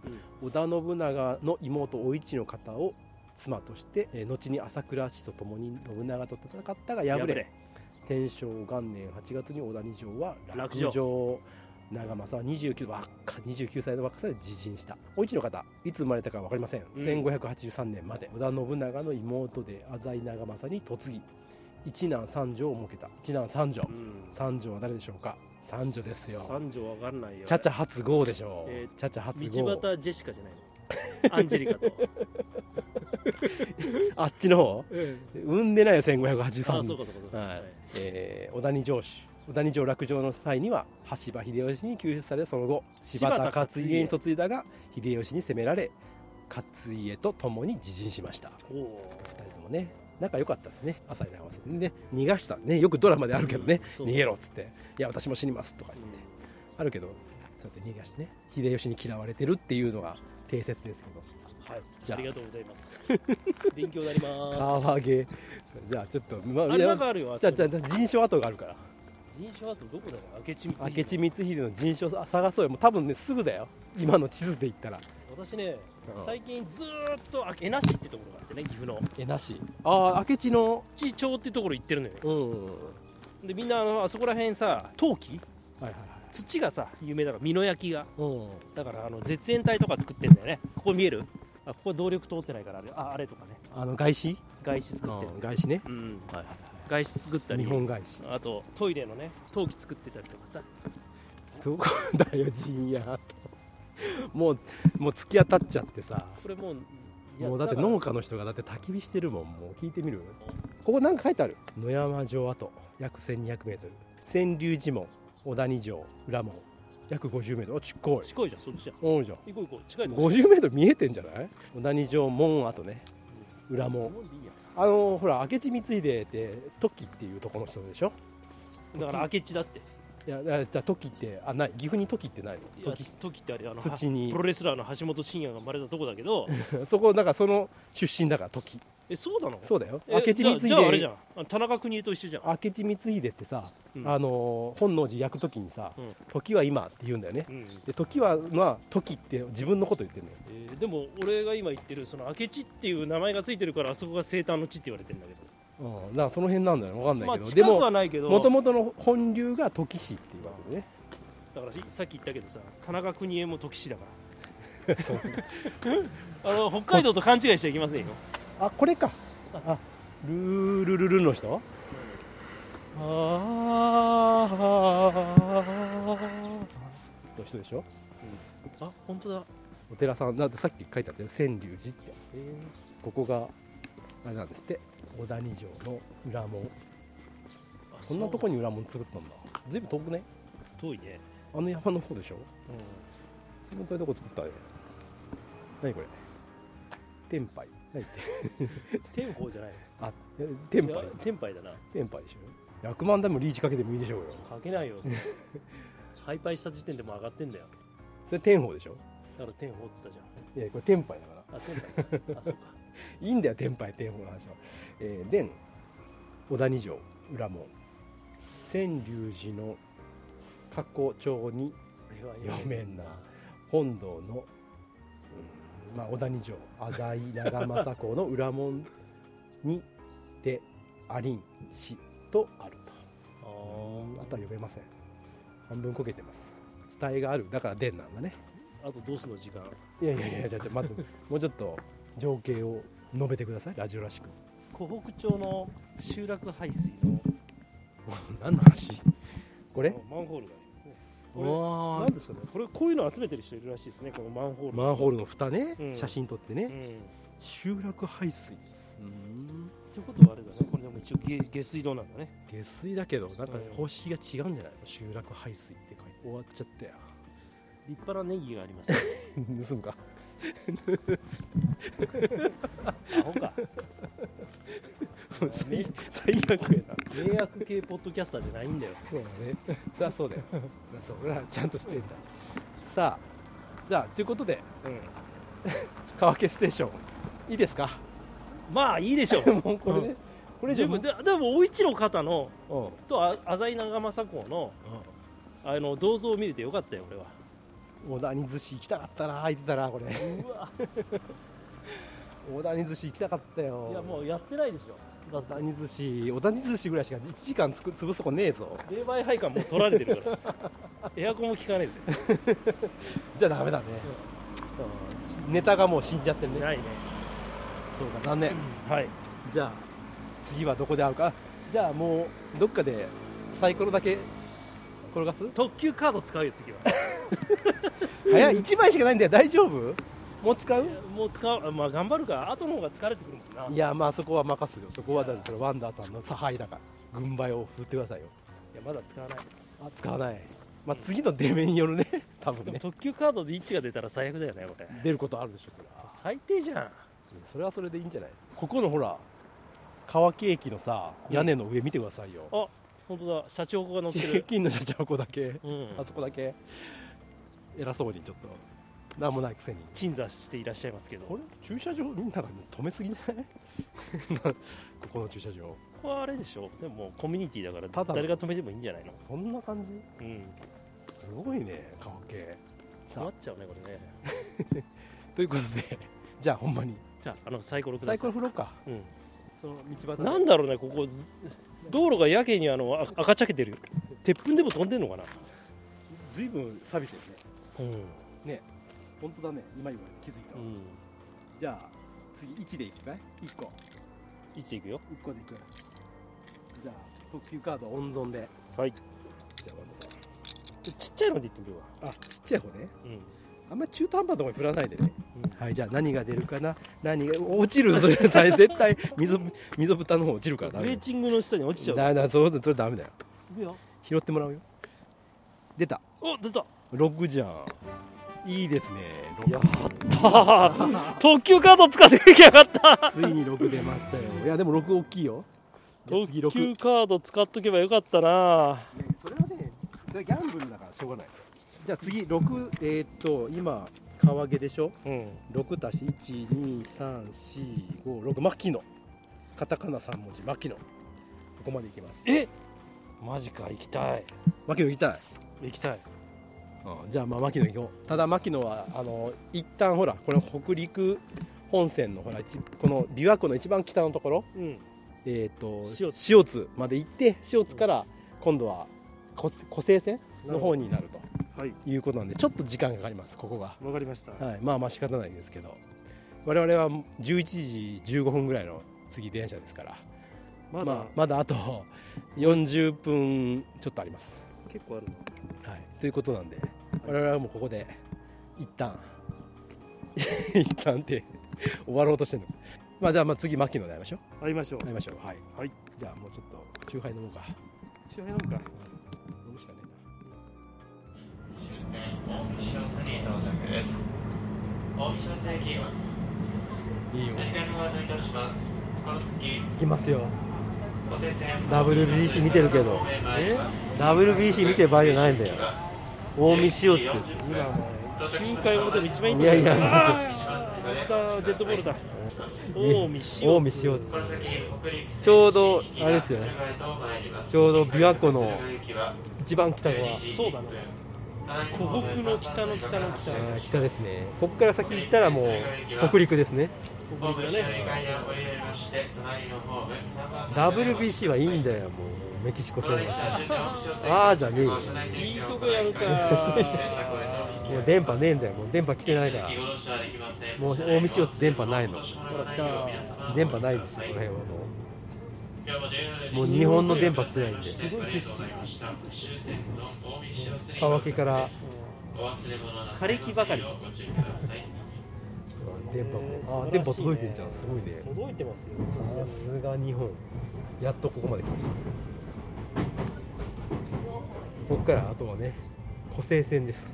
[SPEAKER 3] 織田信長の妹お市の方を妻として、えー後に朝倉氏と共に信長と戦ったが敗れ
[SPEAKER 4] 破れ
[SPEAKER 3] 天正元年8月に小谷城は落
[SPEAKER 4] 落
[SPEAKER 3] 城
[SPEAKER 4] 城
[SPEAKER 3] 長政は29若29歳の若さで自陣したお市の方いつ生まれたか分かりません、
[SPEAKER 4] うん
[SPEAKER 3] 1583年まで織田信長の妹で浅井長政に嫁ぎ一男三女を設けた一男三女、
[SPEAKER 4] うん
[SPEAKER 3] 三女は誰でしょうか三女ですよ
[SPEAKER 4] 三条わかんないよ
[SPEAKER 3] チャチャ初号でしょう、
[SPEAKER 4] えー
[SPEAKER 3] チャチャ初
[SPEAKER 4] 道
[SPEAKER 3] 号
[SPEAKER 4] 端ジェシカじゃないのアンジェリカと、
[SPEAKER 3] あっちの方産んでないよ
[SPEAKER 4] あ
[SPEAKER 3] 1583
[SPEAKER 4] そう
[SPEAKER 3] 年
[SPEAKER 4] かそうかそうか、
[SPEAKER 3] はいえー、小谷城主小谷城落城の際には羽柴秀吉に救出されその後柴田勝家に嫁いだが秀吉に攻められ勝家と共に自陣しました
[SPEAKER 4] お
[SPEAKER 3] 二人ともね仲良かったですね朝に合わせてね逃がしたねよくドラマであるけどね、
[SPEAKER 4] うんそう
[SPEAKER 3] 逃げろっつって「いや私も死にます」とか言って、
[SPEAKER 4] うん
[SPEAKER 3] あるけどそうやって逃がしてね秀吉に嫌われてるっていうのが定説ですけど
[SPEAKER 4] ーはい
[SPEAKER 3] じゃあ
[SPEAKER 4] ありがとうございます勉強になります
[SPEAKER 3] 川毛じゃあちょっとま
[SPEAKER 4] あれなんかあるよ
[SPEAKER 3] じゃあじゃ
[SPEAKER 4] あ
[SPEAKER 3] あじゃあ人種跡があるから
[SPEAKER 4] そこ人種アートどこだろう明智光
[SPEAKER 3] 明智光秀の人種を探そうよもう多分ねすぐだよ今の地図で言ったら
[SPEAKER 4] 私ね
[SPEAKER 3] うん
[SPEAKER 4] 最近ずーっとあ江那市ってところがあってね岐阜の
[SPEAKER 3] えなしああ明智の
[SPEAKER 4] 地町ってところ行ってるのよ
[SPEAKER 3] うん
[SPEAKER 4] でみんなあのあそこら辺さ陶器
[SPEAKER 3] はいはいはい
[SPEAKER 4] 土がさ有名だから美濃焼きが
[SPEAKER 3] うん
[SPEAKER 4] だからあの絶縁体とか作ってんだよねここ見えるあここ動力通ってないからあれああれとかね
[SPEAKER 3] あの外資
[SPEAKER 4] 外資作ってる
[SPEAKER 3] 外資ね
[SPEAKER 4] うん
[SPEAKER 3] はいはい
[SPEAKER 4] 外資作ったり
[SPEAKER 3] 日本外資
[SPEAKER 4] あとトイレのね陶器作ってたりとかさ
[SPEAKER 3] どこだよ陣屋もうもう突き当たっちゃってさ
[SPEAKER 4] これもういや
[SPEAKER 3] もうだって
[SPEAKER 4] から
[SPEAKER 3] 農家の人がだって焚き火してるもんもう聞いてみるここなんか書いてある野山城跡約 1200m 千流寺門小谷城裏門約 50m おちっこい
[SPEAKER 4] 近いじゃんそっちじゃん
[SPEAKER 3] おいじゃん
[SPEAKER 4] 行こう行こう近いとこ
[SPEAKER 3] 50メートル見えてんじゃない小谷城門跡ね裏門
[SPEAKER 4] もういいや
[SPEAKER 3] あのほら明智光秀って時っていうとこの人でしょ
[SPEAKER 4] だから明智だって
[SPEAKER 3] いやだからじゃあ時ってあない岐阜に時ってない
[SPEAKER 4] い
[SPEAKER 3] の
[SPEAKER 4] や
[SPEAKER 3] 時
[SPEAKER 4] 陶器ってあれあの
[SPEAKER 3] 土に
[SPEAKER 4] プロレスラーの橋本真也が生まれたとこだけど
[SPEAKER 3] そこだからその出身だから時
[SPEAKER 4] えそうなの
[SPEAKER 3] そうだよ
[SPEAKER 4] え
[SPEAKER 3] 明智光秀
[SPEAKER 4] じゃあじゃああれじゃんあの田中邦衛と一緒じゃん
[SPEAKER 3] 明智光秀ってさ、
[SPEAKER 4] うん
[SPEAKER 3] あの本能寺焼く時にさ、
[SPEAKER 4] うん
[SPEAKER 3] 時は今って言うんだよね
[SPEAKER 4] うん
[SPEAKER 3] で時はまあ時って自分のこと言ってんだよ
[SPEAKER 4] えーでも俺が今言ってるその明智っていう名前がついてるからあそこが生誕の地って言われてるんだけど
[SPEAKER 3] うん、だからその辺なんだよわかんない
[SPEAKER 4] ま
[SPEAKER 3] け
[SPEAKER 4] あ
[SPEAKER 3] ど、
[SPEAKER 4] 近く
[SPEAKER 3] で
[SPEAKER 4] はないけど
[SPEAKER 3] ももともとの本流が時氏っていうわけでね
[SPEAKER 4] だからさっき言ったけどさ田中邦衛も時氏だか
[SPEAKER 3] そう
[SPEAKER 4] らあの北海道と勘違いしちゃいけませんよ
[SPEAKER 3] あこれかあルールルルの人あの人でしょ
[SPEAKER 4] あ本当だ
[SPEAKER 3] お寺さんだってさっき書いてあったよ川柳寺ってここがあれなんですって小谷城の裏門こんなとこ
[SPEAKER 4] に
[SPEAKER 3] に裏門作ったんだ随分遠くね
[SPEAKER 4] 遠いね、
[SPEAKER 3] あの山の方でしょ随分遠いとこ作ったね何これ天杯何って
[SPEAKER 4] 天保じゃない
[SPEAKER 3] あえ天
[SPEAKER 4] いや
[SPEAKER 3] 杯
[SPEAKER 4] 天杯だな
[SPEAKER 3] 天杯でしょ100万台もリーチかけてもいいでしょうよ
[SPEAKER 4] かけないよ ハイパイした時点でもう上がってんだよ
[SPEAKER 3] それ天宝でしょ
[SPEAKER 4] だから天保って言ったじ
[SPEAKER 3] いやこれ天杯だから
[SPEAKER 4] ゃんあ天杯かあそうか
[SPEAKER 3] いいんだよ、天杯、天宝の話は。えー、で小谷城、裏門、千流寺の過去帳に
[SPEAKER 4] これは
[SPEAKER 3] 読めんな、本堂の、うんまあ、小谷城、浅井長政公の裏門にて、ありんしとあると。
[SPEAKER 4] あ
[SPEAKER 3] あ
[SPEAKER 4] ー
[SPEAKER 3] とは読めません。半分こけてます。伝えがある、だから伝なんだね。
[SPEAKER 4] あとどうすんの時間
[SPEAKER 3] いやいやいや、じゃあ、じゃあ待って、もうちょっと情景を述べてください、ラジオらしく。
[SPEAKER 4] 湖北町の集落排水の
[SPEAKER 3] 何の話これ
[SPEAKER 4] マンホールがありますねこれ
[SPEAKER 3] わ
[SPEAKER 4] なんですかねこれこういうの集めてる人いるらしいですねこのマンホール
[SPEAKER 3] マンホールの蓋ね、
[SPEAKER 4] うん
[SPEAKER 3] 写真撮ってね、
[SPEAKER 4] うんっ
[SPEAKER 3] 集落排水うん
[SPEAKER 4] てことはあれだねこれでも一応下下水道なんだね
[SPEAKER 3] 下水だけどなんか
[SPEAKER 4] うん
[SPEAKER 3] 方式が違うんじゃないの集落排水って書いて終わっちゃったよ
[SPEAKER 4] 立派なネギがあります
[SPEAKER 3] 盗むか
[SPEAKER 4] アホか
[SPEAKER 3] 最最悪やな
[SPEAKER 4] 迷惑系ポッドキャスターじゃないんだよ
[SPEAKER 3] そうだ ねそりゃそうだよそりゃそう俺らちゃんとしてんださあじゃあということで
[SPEAKER 4] うん
[SPEAKER 3] 「川家ステーション」いいですか
[SPEAKER 4] まあいいでしょう
[SPEAKER 3] もうこれね、これじゃ
[SPEAKER 4] 十分ででもお市の方の
[SPEAKER 3] うんうん
[SPEAKER 4] とあ浅井長政公のあの銅像を見れてよかったよ俺は
[SPEAKER 3] 小田に寿司行きたかったな空いてたらこれ
[SPEAKER 4] うわ
[SPEAKER 3] 小田に寿司行きたかったよ
[SPEAKER 4] いやもうやってないでしょだ
[SPEAKER 3] 小
[SPEAKER 4] っ
[SPEAKER 3] 田に寿司小田に寿司ぐらいしか1時間つく潰すとこねえぞ
[SPEAKER 4] て霊媒配管もう取られてるから エアコンも効かないですよ
[SPEAKER 3] じゃあダメだね、うんネタがもう死んじゃってるね
[SPEAKER 4] ないね
[SPEAKER 3] そうか残念
[SPEAKER 4] はい
[SPEAKER 3] じゃあ次はどこで会うかあじゃあもうどっかでサイコロだけ転がす
[SPEAKER 4] 特急カード使うよ次は
[SPEAKER 3] 早い1枚しかないんだよ大丈夫もう使う
[SPEAKER 4] もう使うまあ頑張るから後の方が疲れてくるもんない
[SPEAKER 3] やまあそこは任すよそこはだってそれワンダーさんの差配だから軍配を振ってくださいよ
[SPEAKER 4] いやまだ使わない
[SPEAKER 3] あ使わないまあ次の出目によるね 多
[SPEAKER 4] で
[SPEAKER 3] 分
[SPEAKER 4] も
[SPEAKER 3] ね
[SPEAKER 4] 特急カードで1が出たら最悪だよねこれ
[SPEAKER 3] 出ることあるでしょそれは
[SPEAKER 4] 最低じゃん
[SPEAKER 3] それはそれでいいんじゃないここのほら川木駅のさ屋根の上見てくださいよ、
[SPEAKER 4] あ本当だ社長子が乗って
[SPEAKER 3] 現
[SPEAKER 4] る、
[SPEAKER 3] 金の社長子だけ
[SPEAKER 4] うん
[SPEAKER 3] あ、そこだけ偉そうにちょっと何もないくせに
[SPEAKER 4] 鎮座していらっしゃいますけど
[SPEAKER 3] こ
[SPEAKER 4] こ
[SPEAKER 3] れ駐車場みんなが止めすぎない ここの駐車場
[SPEAKER 4] こはあれでしょでももうコミュニティだから
[SPEAKER 3] ただの
[SPEAKER 4] 誰が止めてもいいんじゃないの
[SPEAKER 3] そんな感じ
[SPEAKER 4] うん
[SPEAKER 3] すごいね川家
[SPEAKER 4] 詰まっちゃうねこれね
[SPEAKER 3] ということで じゃあほんまに
[SPEAKER 4] じゃああのサイコロく
[SPEAKER 3] サ
[SPEAKER 4] ださ
[SPEAKER 3] イ
[SPEAKER 4] い
[SPEAKER 3] コロ振ろうか
[SPEAKER 4] うん
[SPEAKER 3] その道端
[SPEAKER 4] なんだろうね、ここ、ず道路がやけにあのあ赤ちゃけてるよ。鉄粉でも飛んでんのかな。
[SPEAKER 3] ずいぶん錆びてるね
[SPEAKER 4] うん。
[SPEAKER 3] 本当だね今今気づいたわ、じゃあ次1でいくかい1個
[SPEAKER 4] いつ行くよ。
[SPEAKER 3] 1個でいくじゃあ特急カード温存で
[SPEAKER 4] はい。
[SPEAKER 3] じゃあごめんなさい
[SPEAKER 4] ちっちゃいので行ってみようか。
[SPEAKER 3] あちっちゃい方ね
[SPEAKER 4] うん。
[SPEAKER 3] あんまり中途半端なとこに振らないでね
[SPEAKER 4] うん
[SPEAKER 3] はい、じゃあ何が出るかな何が落ちるそれさえ 絶対溝溝蓋の方落ちるからダ
[SPEAKER 4] ブレ
[SPEAKER 3] メ
[SPEAKER 4] ーチングの下に落ちちゃう。
[SPEAKER 3] だだそうそれダメだよ
[SPEAKER 4] 行くよ。
[SPEAKER 3] 拾ってもらうよ出た
[SPEAKER 4] お、出た。
[SPEAKER 3] 6じゃんいいですね
[SPEAKER 4] やった。特急カード使っていきやがった。
[SPEAKER 3] 6ついに6出ましたよいやでも6大きいよじゃあ
[SPEAKER 4] 特
[SPEAKER 3] 次
[SPEAKER 4] 急
[SPEAKER 3] 6
[SPEAKER 4] カード使っとけばよかったな。
[SPEAKER 3] それはねそれはギャンブルだからしょうがないじゃあ次6えーっと今川毛でしょ
[SPEAKER 4] うん。
[SPEAKER 3] 6足し12345牧野カタカナ3文字牧野ここまでいきます
[SPEAKER 4] え、マジか。行きたい。
[SPEAKER 3] 牧野いきたい
[SPEAKER 4] 行きたい。
[SPEAKER 3] じゃあまあ牧野行こうただ牧野はあの一旦ほらこれ北陸本線のほら一この琵琶湖の一番北のところ、
[SPEAKER 4] うん。
[SPEAKER 3] えー、と
[SPEAKER 4] 塩津
[SPEAKER 3] 塩津まで行って塩津から今度は湖湖西線の方になると
[SPEAKER 4] はい。
[SPEAKER 3] いうことなんでちょっと時間がかかりますここが、
[SPEAKER 4] わかりました。
[SPEAKER 3] はい、まあまあ仕方ないですけど我々は11時15分ぐらいの次電車ですから
[SPEAKER 4] まだ
[SPEAKER 3] まあ、まだあと40分ちょっとあります
[SPEAKER 4] 結構あるな。
[SPEAKER 3] はい、ということなんで、我々はもうここで一旦 一旦って終わろうとしてるのまあじゃあまあ次牧野で会いましょう
[SPEAKER 4] 会いましょう
[SPEAKER 3] 会いましょうはい、
[SPEAKER 4] はい、
[SPEAKER 3] じゃあもうちょっとチューハイ飲もうか
[SPEAKER 4] 周辺なんか。
[SPEAKER 3] 飲むしかねえな
[SPEAKER 5] いいよ。
[SPEAKER 3] 着きますよ
[SPEAKER 5] WBC 見てるけど、
[SPEAKER 4] え
[SPEAKER 5] WBC 見てる場合じゃないんだよ。近江塩津です。
[SPEAKER 4] 今もう9回表の一番いいん
[SPEAKER 3] いやいや
[SPEAKER 4] あーまたデッドボールだ。近江
[SPEAKER 3] 近
[SPEAKER 4] 塩
[SPEAKER 3] 江
[SPEAKER 4] 津。
[SPEAKER 3] 塩津
[SPEAKER 5] ちょうど、あれですよね。ちょうど琵琶湖の
[SPEAKER 3] 一番北側
[SPEAKER 4] そうだね。湖北の北の北の北
[SPEAKER 3] あ。ー北ですねここから先行ったらもう北陸ですね
[SPEAKER 4] 北陸だね。
[SPEAKER 3] WBC はいいんだよもうメキシコ戦は
[SPEAKER 5] ああじゃねえよ
[SPEAKER 4] いいとこやる か。
[SPEAKER 3] もう電波ねえんだよもう電波来てないから
[SPEAKER 5] もう近江塩津電波ないの
[SPEAKER 4] ほら来た
[SPEAKER 3] 電波ないですよこの辺はもう
[SPEAKER 5] もう日本の電波来てないんです
[SPEAKER 4] ごい景色
[SPEAKER 3] 川家から
[SPEAKER 4] 枯れ木ばかり
[SPEAKER 3] 電波
[SPEAKER 4] えー
[SPEAKER 3] もあー
[SPEAKER 4] 素晴らしいね
[SPEAKER 3] 電波届いてんじゃんすごいね
[SPEAKER 4] 届いてますよ。
[SPEAKER 3] さすが日本やっとここまで来ましたここからあとはね湖西線です、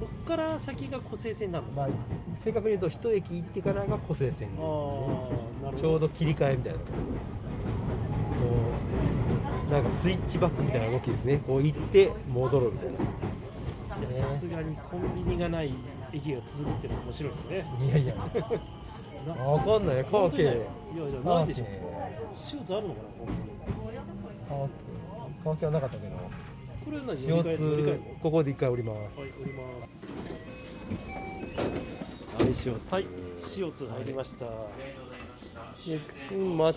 [SPEAKER 4] こっから先が湖西線なの。
[SPEAKER 3] まあ、正確に言うと一駅行ってからが湖西線
[SPEAKER 4] あ
[SPEAKER 3] で
[SPEAKER 4] あ、なるほど。
[SPEAKER 3] ちょうど切り替えみたいなこうなんかスイッチバックみたいな動きですねこう行って戻るみたいない
[SPEAKER 4] やさすがにコンビニがない駅が続くっていうのは面白いですね。
[SPEAKER 3] いやいやわかんない川
[SPEAKER 4] 本当にない
[SPEAKER 3] 家
[SPEAKER 4] いやいやないでし
[SPEAKER 3] 川家
[SPEAKER 4] ょ。手術あるのかなこ
[SPEAKER 3] あ乾きはなかったけど
[SPEAKER 4] これは何乗り換え乗り換える
[SPEAKER 3] CO2 ここで一回降ります
[SPEAKER 4] のはい降ります
[SPEAKER 3] はい CO2
[SPEAKER 4] はい、CO2 入りました。あ、
[SPEAKER 3] で、うんま、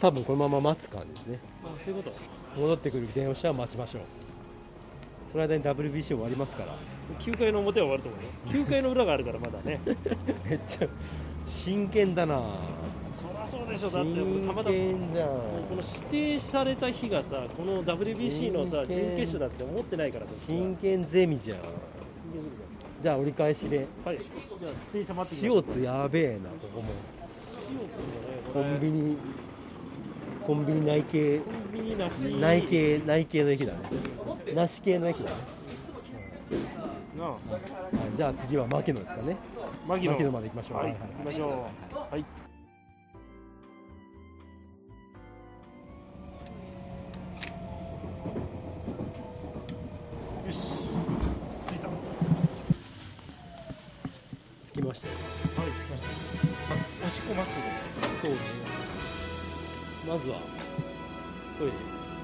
[SPEAKER 3] 多分このまま待つ感じですね
[SPEAKER 4] そういうこと。
[SPEAKER 3] 戻ってくる電話車は待ちましょうその間に WBC 終わりますから
[SPEAKER 4] 9回の表は終わると思うよ。9回の裏があるからまだね。
[SPEAKER 3] めっちゃ真剣だな
[SPEAKER 4] そりゃそうでしょ。だって僕
[SPEAKER 3] 真
[SPEAKER 4] たまたま
[SPEAKER 3] 剣じゃん
[SPEAKER 4] この指定された日がさ、この WBC のさ
[SPEAKER 3] 真剣
[SPEAKER 4] 準決勝だって思ってないからこっちは
[SPEAKER 3] 真剣ゼミじゃんじゃあ折り返しで
[SPEAKER 4] はい。じゃあ指定車待ってきましょう。
[SPEAKER 3] CO2 やべえなここも
[SPEAKER 4] CO2 だね。こ
[SPEAKER 3] コ
[SPEAKER 4] れ
[SPEAKER 3] ンビニコンビニ内系
[SPEAKER 4] コンビニなし。
[SPEAKER 3] 内系内系の駅だねなし系の駅だね
[SPEAKER 4] なあ。
[SPEAKER 3] じゃあ次は牧野ですかね
[SPEAKER 4] マ
[SPEAKER 3] 牧野まで行きましょう、
[SPEAKER 4] はい。
[SPEAKER 3] はいはい
[SPEAKER 4] 行きましょう。はい。よし。着いた。
[SPEAKER 3] 着きましたよ
[SPEAKER 4] はい、着きました。押し込ます
[SPEAKER 3] そうねまずはトイレ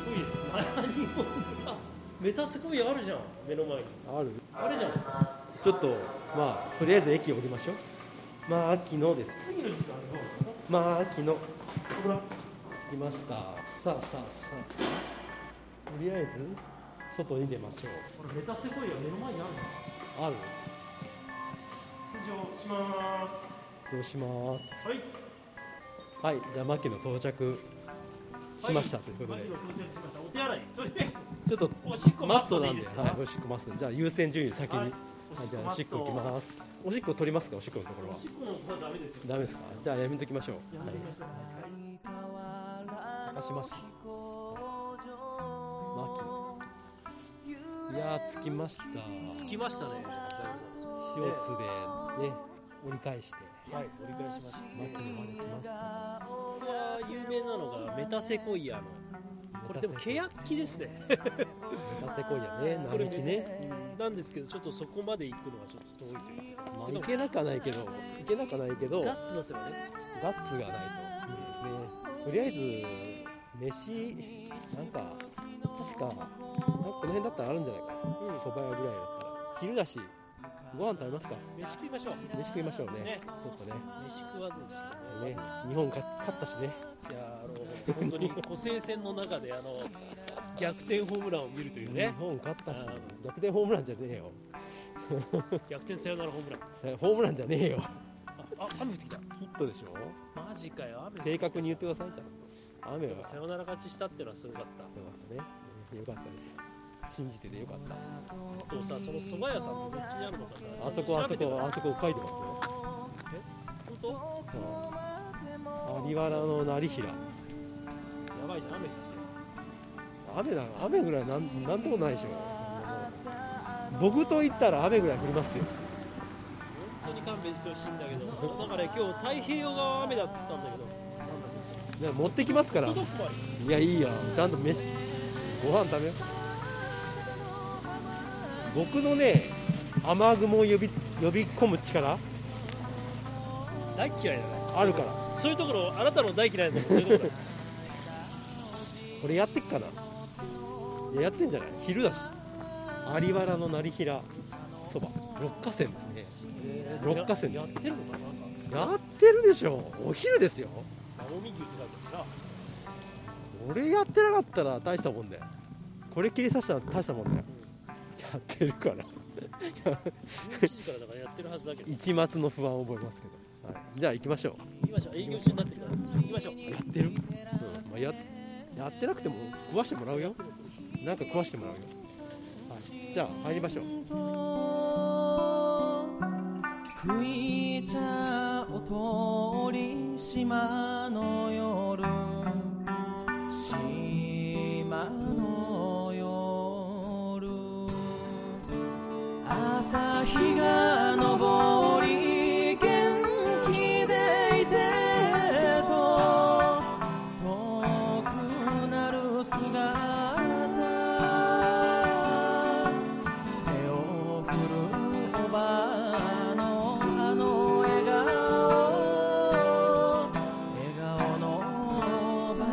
[SPEAKER 4] トイレ。何を。あメタスコイアあるじゃん。目の前に。
[SPEAKER 3] ある
[SPEAKER 4] あれじゃん。
[SPEAKER 3] ちょっとまあとりあえず駅降りましょうまあ秋のです
[SPEAKER 4] 次の時間の。
[SPEAKER 3] まあ秋の
[SPEAKER 4] ほら。
[SPEAKER 3] 着きましたさあさあさあさあとりあえず外に出ましょう
[SPEAKER 4] これメタスコイア目の前にあるの。
[SPEAKER 3] ある
[SPEAKER 4] 出場します。
[SPEAKER 3] どうします
[SPEAKER 4] はい。
[SPEAKER 3] はいじゃあ牧野到着しましたということで、
[SPEAKER 4] マジの到着しました。お手洗い。とりあえず。
[SPEAKER 3] ちょっと
[SPEAKER 4] おしっこ
[SPEAKER 3] マストなんで、
[SPEAKER 4] マスト
[SPEAKER 3] はい
[SPEAKER 4] いい、
[SPEAKER 3] おしっこマスト。じゃあ優先順位先に。
[SPEAKER 4] はい
[SPEAKER 3] はいじゃあおしっこ行き
[SPEAKER 4] マスト
[SPEAKER 3] ます。おしっこ取りますか、おしっこのところは
[SPEAKER 4] お。しっこの方はダメですよ。
[SPEAKER 3] ダメですか。じゃあやめときましょう。
[SPEAKER 4] や
[SPEAKER 3] は
[SPEAKER 4] め
[SPEAKER 3] い
[SPEAKER 4] てみましょう。
[SPEAKER 3] あしました。マキ。いやー着きました。
[SPEAKER 4] 着きましたね。
[SPEAKER 3] CO2 でね折り返して。
[SPEAKER 4] はい、折り返しました。
[SPEAKER 3] マキにまで来ました
[SPEAKER 4] ここは有名なのがメタセコイアの。
[SPEAKER 3] ね。
[SPEAKER 4] これでもケヤッキですね。
[SPEAKER 3] メタセコイアね、
[SPEAKER 4] これ
[SPEAKER 3] 並木ね。
[SPEAKER 4] なんですけど、ちょっとそこまで行くのがちょっと遠いというか。
[SPEAKER 3] まあ行けなくはないけど、行けなくはないけど、
[SPEAKER 4] ガ
[SPEAKER 3] ガ
[SPEAKER 4] ッツ出せばね。
[SPEAKER 3] ッツがないと無理ですね。とりあえず飯なんか確かなんかこの辺だったらあるんじゃないかな。
[SPEAKER 4] うん、
[SPEAKER 3] 蕎麦屋ぐらいだから昼だしご飯食べますか
[SPEAKER 4] 飯食いましょう。
[SPEAKER 3] 飯食いましょうね
[SPEAKER 4] ね
[SPEAKER 3] ちょっとね
[SPEAKER 4] 飯食わずにし
[SPEAKER 3] ね
[SPEAKER 4] て
[SPEAKER 3] 日本勝勝ったしね
[SPEAKER 4] いやー、あの、本当に個性戦の中で、あの。逆転ホームランを見るという
[SPEAKER 3] 日
[SPEAKER 4] ね。
[SPEAKER 3] 本勝ったしね
[SPEAKER 4] あ
[SPEAKER 3] 逆転ホームランじゃねえよ
[SPEAKER 4] 逆転サヨナラホームラン。
[SPEAKER 3] それホームランじゃねえよ
[SPEAKER 4] あ、あ雨降ってきた。
[SPEAKER 3] ヒットでしょ
[SPEAKER 4] マジかよ。雨降ってきた
[SPEAKER 3] 正確に言ってくださいじゃん雨は
[SPEAKER 4] サ
[SPEAKER 3] そう
[SPEAKER 4] ヨナラ勝ちしたっていうのはすごかった。
[SPEAKER 3] だねよかったです信じててよかった
[SPEAKER 4] あとさ、その蕎麦屋さんってどっちにあるのかさ。
[SPEAKER 3] あそこあ
[SPEAKER 4] 調
[SPEAKER 3] そ
[SPEAKER 4] べて
[SPEAKER 3] こ
[SPEAKER 4] もらっ
[SPEAKER 3] あそこ書いてますよ
[SPEAKER 4] て本当。
[SPEAKER 3] うん有原の成平
[SPEAKER 4] やばいじゃん、雨降って
[SPEAKER 3] 雨だ雨ぐらいなんなんてことないでしょ僕と言ったら雨ぐらい降りますよ
[SPEAKER 4] 本当に勘弁してほしいんだけど、だから今日太平洋側は雨だって言ったんだけど、
[SPEAKER 3] ね持ってきますから
[SPEAKER 4] 届くわよ。
[SPEAKER 3] いやいいよちゃんと飯ご飯食べよう僕のね雨雲を呼び呼び込む力
[SPEAKER 4] 大嫌いだね。
[SPEAKER 3] あるから
[SPEAKER 4] そういうところ、あなたの大嫌いなところ、そういうとこ
[SPEAKER 3] これやってっかないややってんじゃない昼だし有原の成平そば六花線ですね
[SPEAKER 4] ろ。
[SPEAKER 3] 六花線
[SPEAKER 4] ややってるのかなな
[SPEAKER 3] や
[SPEAKER 4] んか、
[SPEAKER 3] ってるでしょお昼ですよ
[SPEAKER 4] 青み牛って書いてあるな。
[SPEAKER 3] 俺やってなかったら大したもんだよこれ切りさしたら大したもんだよやってるから
[SPEAKER 4] 11時からだからやってるはずだけど、行
[SPEAKER 3] 一末の不安を覚えますけど、はい、じゃあ行きましょう
[SPEAKER 4] きましょう。営業中になってるから、行きましょう。
[SPEAKER 3] やってる、うんまあ、ややってなくても食わしてもらうよなんか食わしてもらうよ、はい、じゃあ入りましょう
[SPEAKER 6] 吹いたお通り島の夜島の夜朝日が昇り元気でいてと遠くなる姿手を振るおばあのあの笑顔笑顔のおば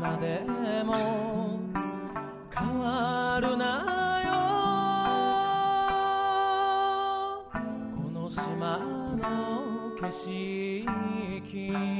[SPEAKER 6] までも変わるなよこの島の景色